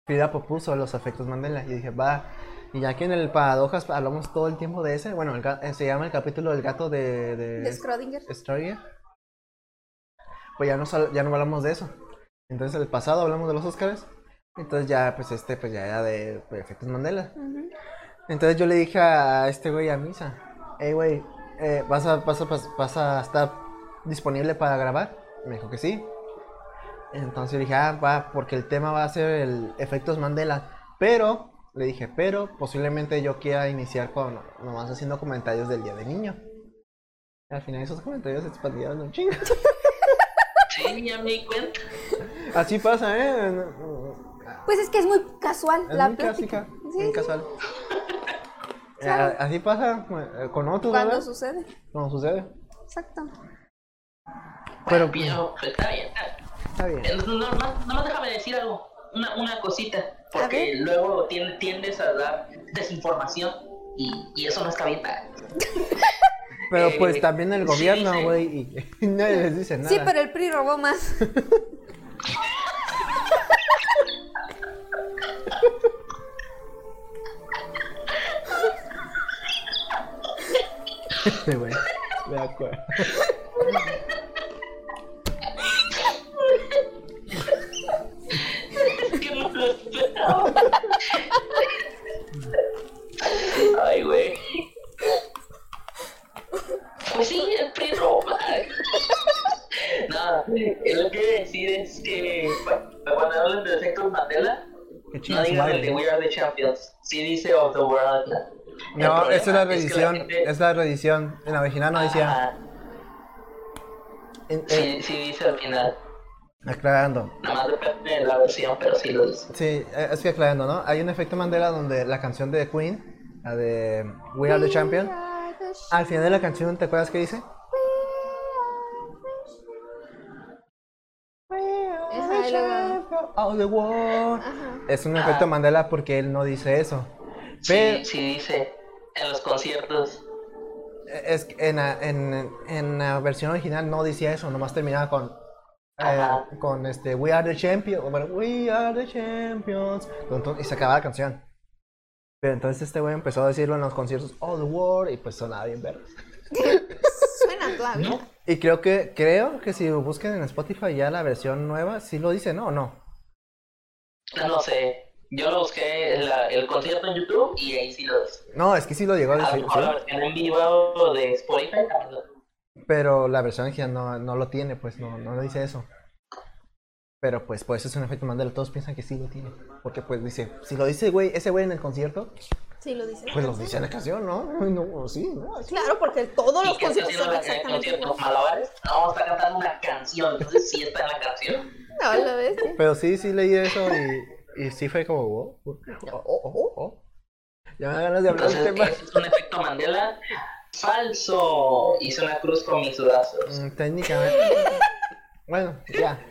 S1: Frida propuso los efectos Mandela. Y dije, va. Y ya que en el paradojas hablamos todo el tiempo de ese, bueno, el ga- eh, se llama el capítulo del gato de. de
S2: De Schrödinger.
S1: Schrödinger. pues ya no, sal- ya no hablamos de eso. Entonces, el pasado hablamos de los Óscares. Entonces, ya, pues este, pues ya era de pues, efectos Mandela. Entonces, yo le dije a este güey a misa: Hey, güey, eh, ¿vas, a, vas, a, vas- vas a estar disponible para grabar? Me dijo que sí. Entonces yo dije, ah, va, porque el tema va a ser el efectos Mandela. Pero, le dije, pero posiblemente yo quiera iniciar con nomás haciendo comentarios del día del niño. Al final esos comentarios se expandieron un chingo.
S3: Sí, ya me di cuenta.
S1: Así pasa, ¿eh?
S2: Pues es que es muy casual
S1: Es
S2: la
S1: muy
S2: plática.
S1: clásica,
S2: Sí,
S1: muy
S2: sí,
S1: casual.
S2: Claro.
S1: Eh, Así pasa eh, con otros,
S2: cuando
S1: ¿verdad?
S2: sucede.
S1: Cuando sucede.
S2: Exacto.
S1: Pero-
S3: Bueno, pero, pues, está bien, está bien.
S1: Está bien.
S3: Eh, No, no, no más déjame decir algo, una, una cosita,
S2: A
S3: porque luego tien- tiendes a dar desinformación y, y eso no está bien. pa.
S1: Pero
S3: Eh,
S1: pues también el
S3: sí,
S1: gobierno,
S3: sí.
S1: güey, y nadie les dice nada.
S2: Sí, pero el PRI robó más.
S1: Sí, güey. De acuerdo.
S3: Es que no lo esperaba. Ay, güey. Pues sí, el PRI roba. Nada, eh, lo que quiero decir es que cu- cuando hablan de efectos Mandela,
S1: Que
S3: no
S1: chingue su
S3: digan el
S1: madre.
S3: de We Are the Champions, sí dice of the World. El
S1: No,
S3: problema
S1: esa es la
S3: que
S1: reedición.
S3: gente-
S1: Es la reedición. En la original no decía.
S3: Ajá,
S1: en- eh,
S3: sí, sí dice al final.
S1: aclarando.
S3: Nada más depende de la versión, pero sí lo dice.
S1: Sí, eh, estoy aclarando, ¿no? Hay un efecto Mandela donde la canción de Queen, la de We Are the Champion,
S2: Ah.
S1: al final de la canción, ¿te acuerdas qué dice?
S2: Ajá, y luego-
S1: All the world.
S2: Ajá.
S1: Es un
S3: Ah.
S1: efecto Mandela porque él no dice eso. Pero
S3: Sí, sí dice en los conciertos.
S1: es que en, la- en- en la versión original no decía eso, nomás terminaba con eh,
S3: Ajá.
S1: con este We Are the Champions, bueno, We Are the Champions, Entonces- y se acababa la canción. Pero entonces este güey empezó a decirlo en los conciertos All the World y pues sonaba bien verde.
S2: Suena todavía.
S1: Y creo que creo que si busquen en Spotify ya la versión nueva sí lo dice, ¿no? ¿O no?
S3: No, no sé. Yo lo busqué la- el concierto en YouTube y ahí sí lo dice.
S1: No, es que Ah, sí lo llegó a
S3: A lo
S1: decir,
S3: mejor la
S1: sí,
S3: versión en vivo de Spotify también lo
S1: pero la versión original no, no lo tiene, pues no, no lo dice eso. Pero pues pues es un efecto Mandela, todos piensan que sí lo tiene, porque pues dice, si lo dice güey, ese güey en el concierto,
S2: Sí, lo dice.
S1: pues lo dice en la canción, ¿no? No, sí, ¿no?
S2: Claro, porque todos
S3: ¿Y
S2: los
S3: qué está
S2: conciertos
S3: haciendo
S2: son
S3: la- en el
S2: exactamente
S3: concierto?
S2: iguales.
S3: ¿Malabares? No, está cantando una canción. Entonces sí está en la canción.
S2: No, la bestia.
S1: Pero sí, sí leí eso y, y sí fue como, oh, oh, oh, oh, oh. Ya me dan ganas de hablar del
S3: Entonces
S1: tema.
S3: ese es un efecto Mandela falso. Hice una cruz con mis brazos.
S1: Mm, Técnicamente. Bueno, ya.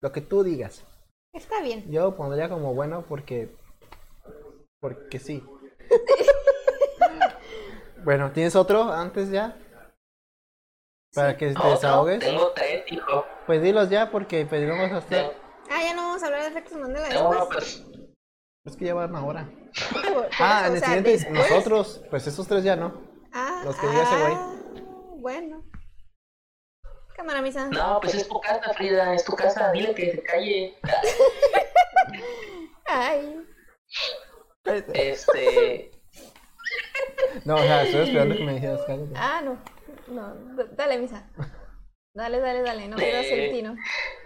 S1: Lo que tú digas.
S2: Está bien.
S1: Yo pondría como bueno porque. Porque sí. bueno, ¿tienes otro antes ya? Para que te
S3: Otro,
S1: desahogues.
S3: Tengo tres, hijo.
S1: Pues dilos ya porque pues vamos a hacer.
S2: Ah, ya no vamos a hablar de efectos Mandela
S3: Tengo uno, pues,
S2: después.
S3: pero
S1: Es que ya van ahora.
S2: Por- por
S1: Ah,
S2: eso,
S1: en
S2: o
S1: el
S2: sea,
S1: siguiente,
S2: después.
S1: nosotros. Pues esos tres ya no.
S2: Ah,
S1: los que diga ese güey.
S2: ah, Bueno. Cámara misa.
S3: No, pues es tu casa, Frida, es tu casa, dile que se calle.
S2: Ay.
S3: Este.
S1: No, o sea, estoy esperando que me dijeras cállate.
S2: Ah, no. No, d- dale misa. Dale, dale, dale. No pierdas
S3: Eh.
S2: el tino.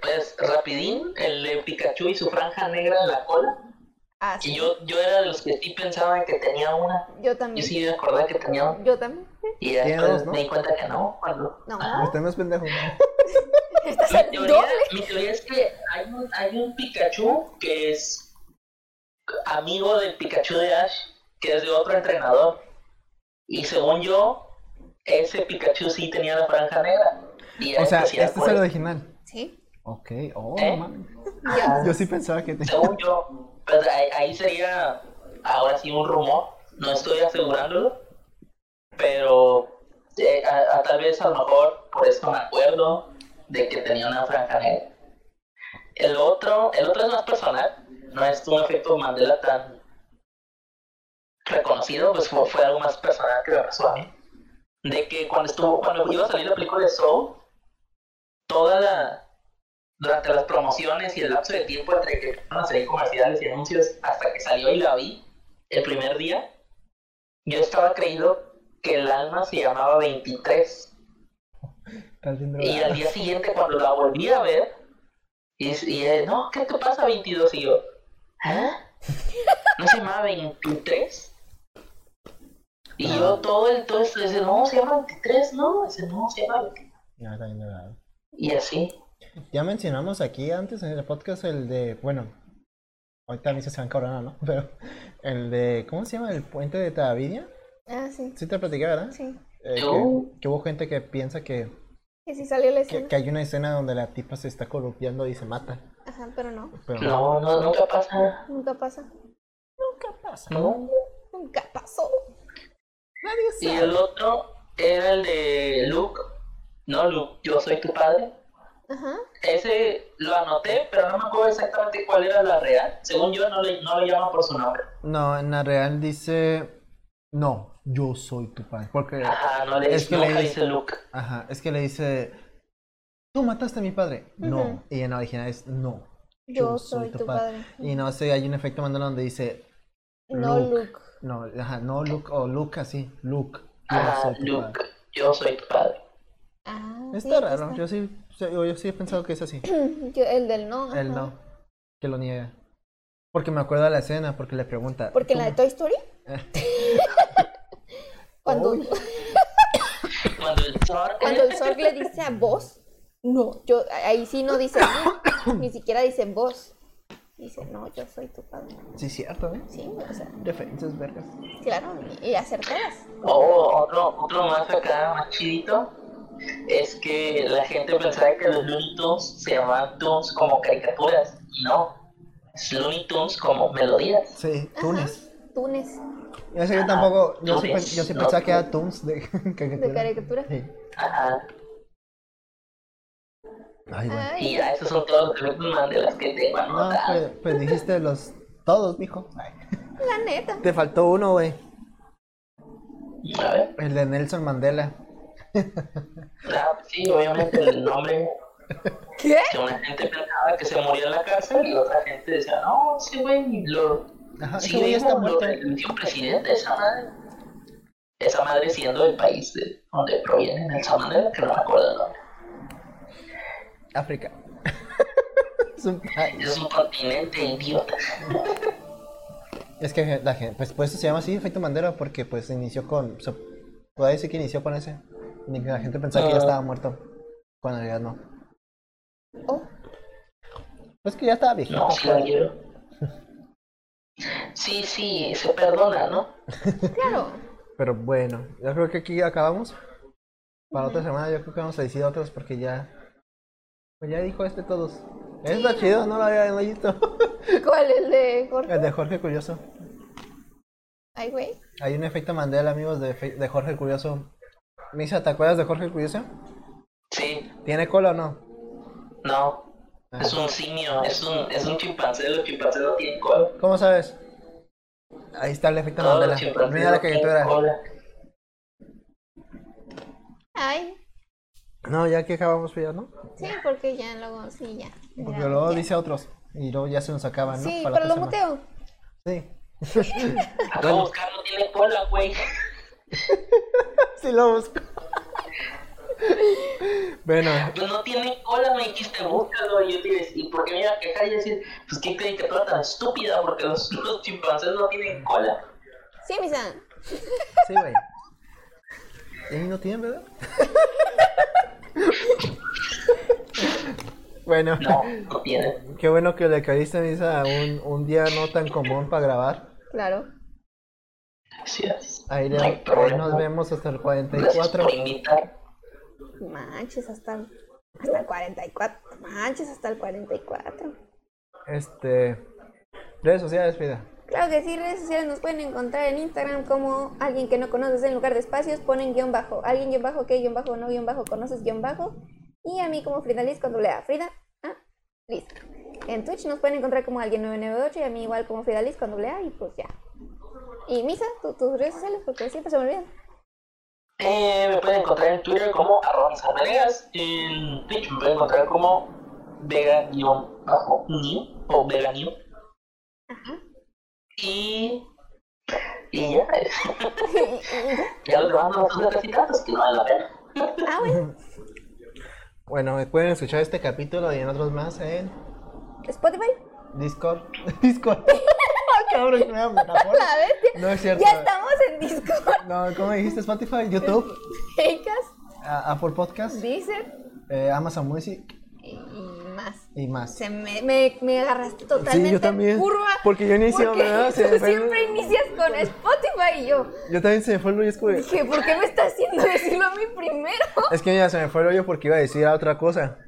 S3: Pues rapidín, el de Pikachu y su franja negra en la cola.
S2: Ah,
S3: Y
S2: sí.
S3: yo, yo era de los que sí pensaba que tenía una.
S2: Yo
S3: Yo
S2: también.
S3: sí me acordaba que tenía una.
S2: Yo también.
S3: Y ya
S1: Tiene
S3: después
S1: dos, ¿no?
S3: me di cuenta que no. Cuando...
S2: No.
S3: Ajá.
S1: Están más pendejos.
S2: Estás
S3: Mi
S2: al
S3: teoría,
S2: doble.
S3: mi teoría es que hay un, hay un Pikachu que es amigo del Pikachu de Ash, que es de otro entrenador. Y según yo, ese Pikachu sí tenía la franja negra. Y ya
S1: O sea,
S3: después sí era
S1: este es
S3: por
S1: el
S3: eso.
S1: original.
S2: Sí.
S1: Ok, oh,
S3: pues. ¿Eh?
S1: no mames.
S2: Yo.
S1: Yo sí pensaba que tenía.
S3: Según yo, pues, ahí, ahí sería ahora sí un rumor, no estoy asegurándolo, pero eh, a- a- tal vez a lo mejor por eso me acuerdo de que tenía una franja negra. El otro, el otro es más personal, no es un efecto Mandela tan reconocido, pues fue, fue algo más personal que me pasó a mí. De que cuando estuvo, cuando iba a salir la película de Soul, toda la, durante las promociones y el lapso de tiempo entre que empezaron a salir comerciales y anuncios hasta que salió y la vi el primer día, yo estaba creído que el alma se llamaba 23.
S1: Estás bien
S3: Y al
S1: drogado.
S3: día siguiente, cuando la volví a ver, y, y él, no, ¿qué te pasa 22? Y yo, ¿ah? ¿No se llama 23? Y yo todo el todo esto, dice, no, se llama 23, no, dice, no, se llama 23.
S1: No, está bien drogado.
S3: Y así,
S1: Ya mencionamos aquí antes en el podcast el de, bueno, ahorita a mí se se van cabronar, ¿no? Pero el de, ¿cómo se llama? El puente de Tavidia.
S2: Ah, sí.
S1: Sí te platicé, ¿verdad?
S2: Sí.
S1: Eh, que,
S3: No.
S1: que hubo gente que piensa que,
S2: Que sí salió la
S1: que,
S2: escena.
S1: que hay una escena donde la tipa se está columpiando y se mata.
S2: Ajá, pero no.
S1: Pero
S3: no, no, nunca pasa,
S2: Nunca pasa.
S1: nunca pasa.
S3: no.
S2: Nunca pasó.
S3: Y
S1: Nadie
S3: el
S1: sabe.
S3: otro era el de Luke, no Luke, yo soy tu padre.
S2: Ajá.
S3: Ese lo anoté, pero no me acuerdo exactamente cuál era la real. Según yo, no le, no le llaman por su nombre.
S1: No, en la real dice, no, yo soy tu padre. Porque,
S3: Ajá, no le,
S1: Es que
S3: nunca
S1: le
S3: dice Luke.
S1: ajá, es que le dice, tú mataste a mi padre.
S2: Ujú.
S1: No. Y en la original es, no.
S2: Yo, soy tu padre.
S1: Y no sé, hay un efecto mandala donde dice,
S2: No
S1: Luke.
S2: Luke.
S1: no, ajá, no Luke, o Luke así, Luke, yo
S3: Ajá,
S1: soy tu
S3: Luke,
S1: padre.
S3: yo soy tu padre.
S2: Ah, sí,
S1: Está
S2: aquí
S1: raro,
S2: está.
S1: yo sí, yo, yo sí he pensado que es así.
S2: Yo- el del no.
S1: Él
S2: ajá.
S1: no, que lo niega. Porque me acuerdo de la escena, porque le pregunta.
S2: Porque en la de Toy Story. cuando,
S1: Uy.
S3: Cuando el Zork
S2: cuando el Zorg le dice a vos, no, yo ahí sí no dice no, ni siquiera dice vos. Dice, no, yo soy tu padre.
S1: Sí, cierto, ¿eh?
S2: Sí, o sea,
S1: Defensas, vergas.
S2: claro, y acertadas.
S3: Oh, otro, otro más acá, más chidito. Es que la gente pensaba que los Looney Tunes se llamaban Tunes como caricaturas. Y no, es Looney Tunes como melodías.
S1: Sí, Tunes.
S2: Túnez,
S1: Yo sé
S2: Ah,
S1: que tampoco. Yo sí,
S3: Tunes,
S1: pe- yo sí
S3: no
S1: pensaba que era Tunes de caricatura.
S2: de caricatura.
S1: Sí.
S3: Ajá.
S1: Ay, bueno.
S2: Ay,
S3: Y ya, esos son todos los efectos Mandelas que tengo
S1: No,
S3: anotados.
S1: pues, pues dijiste los. Todos, mijo. Ay.
S2: la neta.
S1: Te faltó uno, güey. pues.
S3: A ver.
S1: El de Nelson Mandela.
S3: Ah, sí, obviamente el nombre
S2: ¿Qué?
S3: que una gente pensaba que se murió en la cárcel y otra gente decía, no, ese güey lo
S1: Ajá, Ah, ese
S3: sí
S1: güey ya está
S3: lo
S1: muerto.
S3: renunció presidente, esa madre. Esa madre siendo el país de donde proviene Nelson Mandela, que no me acuerdo el nombre.
S1: África. es un país.
S3: Es un continente idiota.
S1: Es que la gente, pues por eso se llama así efecto Mandela, porque pues inició con, se puede decir que inició con ese, ni que la gente pensaba que ya
S3: Ah.
S1: estaba muerto, cuando en realidad no.
S2: Oh,
S1: Pues que ya estaba viejito.
S3: No, sí la quiero. Sí, sí, se perdona, ¿no?
S2: claro.
S1: Pero bueno, yo creo que aquí acabamos. Para otra semana yo creo que vamos a decir otros porque ya, pues ya dijo este todos. Es lo chido, no lo había visto.
S2: ¿Cuál es el de Jorge?
S1: El de Jorge Curioso.
S2: Ay, güey.
S1: Hay un efecto Mandela, amigos, de, fe- de Jorge Curioso. Misa, ¿te acuerdas de Jorge Curioso?
S3: Sí,
S1: ¿Tiene cola o no?
S3: no.
S1: Ah.
S3: Es un simio, es un, es un chimpancé, los chimpancés no tienen cola.
S1: ¿Cómo sabes? Ahí está el efecto
S3: Todos
S1: Mandela.
S3: los chimpancés
S1: Mira la
S3: no tienen
S1: caricatura.
S3: cola.
S2: Ay,
S1: No, ya que acabamos pues ya, ¿no?
S2: sí, porque ya luego, sí, ya.
S1: Porque
S2: Ya,
S1: luego
S2: ya.
S1: dice otros. Y luego ya se nos acaba, ¿no?
S2: Sí,
S1: Para la
S2: pero lo
S1: próxima.
S2: muteo.
S1: Sí.
S3: Acabo de buscar, no tiene cola, güey.
S1: Sí, lo busco. bueno,
S3: Pues no tiene cola, me dijiste, búscalo. Y yo te dije, ¿y por qué me iba a quejar? Y decir, pues qué caricatura tan estúpida, porque los, los chimpancés no tienen cola.
S2: Sí, misa.
S1: sí, güey. Y ahí no tienen, ¿verdad? bueno,
S3: No, no tienen.
S1: qué bueno que le caíste Misa, a un, un día no tan común para grabar.
S2: Claro.
S3: Así es.
S1: Ahí, le-
S3: No hay
S1: ahí
S3: problema.
S1: nos vemos hasta el
S3: Gracias
S1: 44.
S3: por invitar.
S2: Manches, hasta el, hasta el 44. Manches, hasta el 44.
S1: Este. Redes sociales, Frida.
S2: Claro que sí, redes sociales nos pueden encontrar en Instagram como alguien que no conoces en lugar de espacios, ponen guión bajo, alguien guión bajo, que guión bajo, no guión bajo, conoces guión bajo. Y a mí como Frida Liz cuando lea Frida, ah, Liz. En Twitch nos pueden encontrar como alguien 998 y a mí igual como Frida Liz cuando lea y pues ya. Y Misa, tu- tus redes sociales porque siempre se me olvidan.
S3: Eh, me pueden encontrar en Twitter como arroba mis armanegas, En Twitch me pueden encontrar como vega-new o vega-new. Y. Y ya. ya lo demás no son de recitados que no vale la pena.
S2: Ah, bueno.
S1: Bueno, pueden escuchar este capítulo y en otros más en
S2: Spotify.
S1: Discord. Discord. Ah, Cabrón, que me da metáfora.
S2: La bestia.
S1: No es cierto.
S2: Ya estamos en Discord.
S1: No, ¿cómo dijiste? Spotify, YouTube,
S2: Acast,
S1: a- Apple Podcast,
S2: Deezer
S1: eh, Amazon Music
S2: y y más.
S1: y más.
S2: Se me, me, me agarraste totalmente
S1: Sí, yo también,
S2: en curva.
S1: porque yo iniciaba,
S2: porque
S1: ¿verdad? Se me
S2: tú
S1: fue el-
S2: siempre inicias con Spotify y yo
S1: Yo también se me fue el rollo, es como-
S2: dije, ¿por qué me estás haciendo decirlo a mí primero?
S1: Es que mira, se me fue el rollo porque iba a decir otra cosa.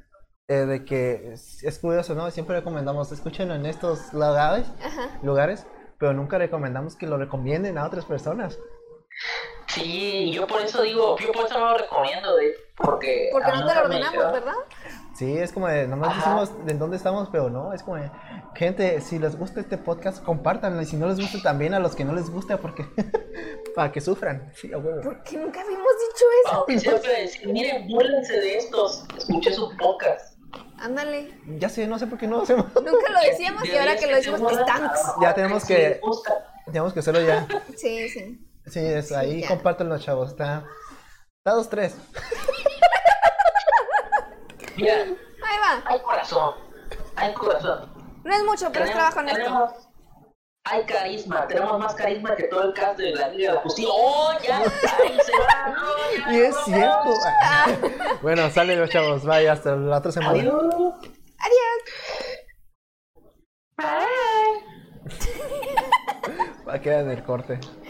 S1: eh, de que es, es curioso, ¿no? Siempre recomendamos, escúchenlo en estos lugares, lugares, pero nunca recomendamos que lo recomienden a otras personas.
S3: Sí, yo por eso digo, yo por eso no lo recomiendo, de, porque.
S2: Porque
S3: a mí
S2: no te lo
S3: Ah, nunca me
S2: ordenamos,
S3: quedó.
S2: ¿verdad?
S1: Sí, es como de, nomás
S3: Ajá.
S1: decimos de dónde estamos, pero no, es como de, gente, si les gusta este podcast, compártanlo, y si no les gusta también a los que no les gusta, porque, para que sufran. Sí, a huevo.
S2: Porque nunca habíamos dicho eso.
S3: Vamos, siempre decir, miren, búrlense de estos, escuchen sus pocas.
S2: Ándale.
S1: Ya sé, no sé por qué no lo hacemos.
S2: Nunca lo decíamos y ahora que lo decimos, pues tanks.
S1: Ya tenemos que- Tenemos que hacerlo ya.
S2: Sí, sí.
S1: Sí, es ahí,
S2: ya.
S1: compártanlo, chavos. Está, está dos, tres.
S3: Mira,
S2: Ahí va.
S3: hay corazón, hay corazón.
S2: No es mucho, pero es trabajo honesto.
S3: tenemos- Hay carisma, tenemos más carisma que todo el cast de la Liga de la Justicia. ¡Oh, ya! ¡Ay, se va! ¡No, ya!
S1: Y es
S3: ¡Vámonos!
S1: cierto. Bueno, sale los chavos. Bye, hasta la otra semana.
S3: Adiós.
S2: Adiós.
S3: Bye.
S1: Va a quedar en el corte.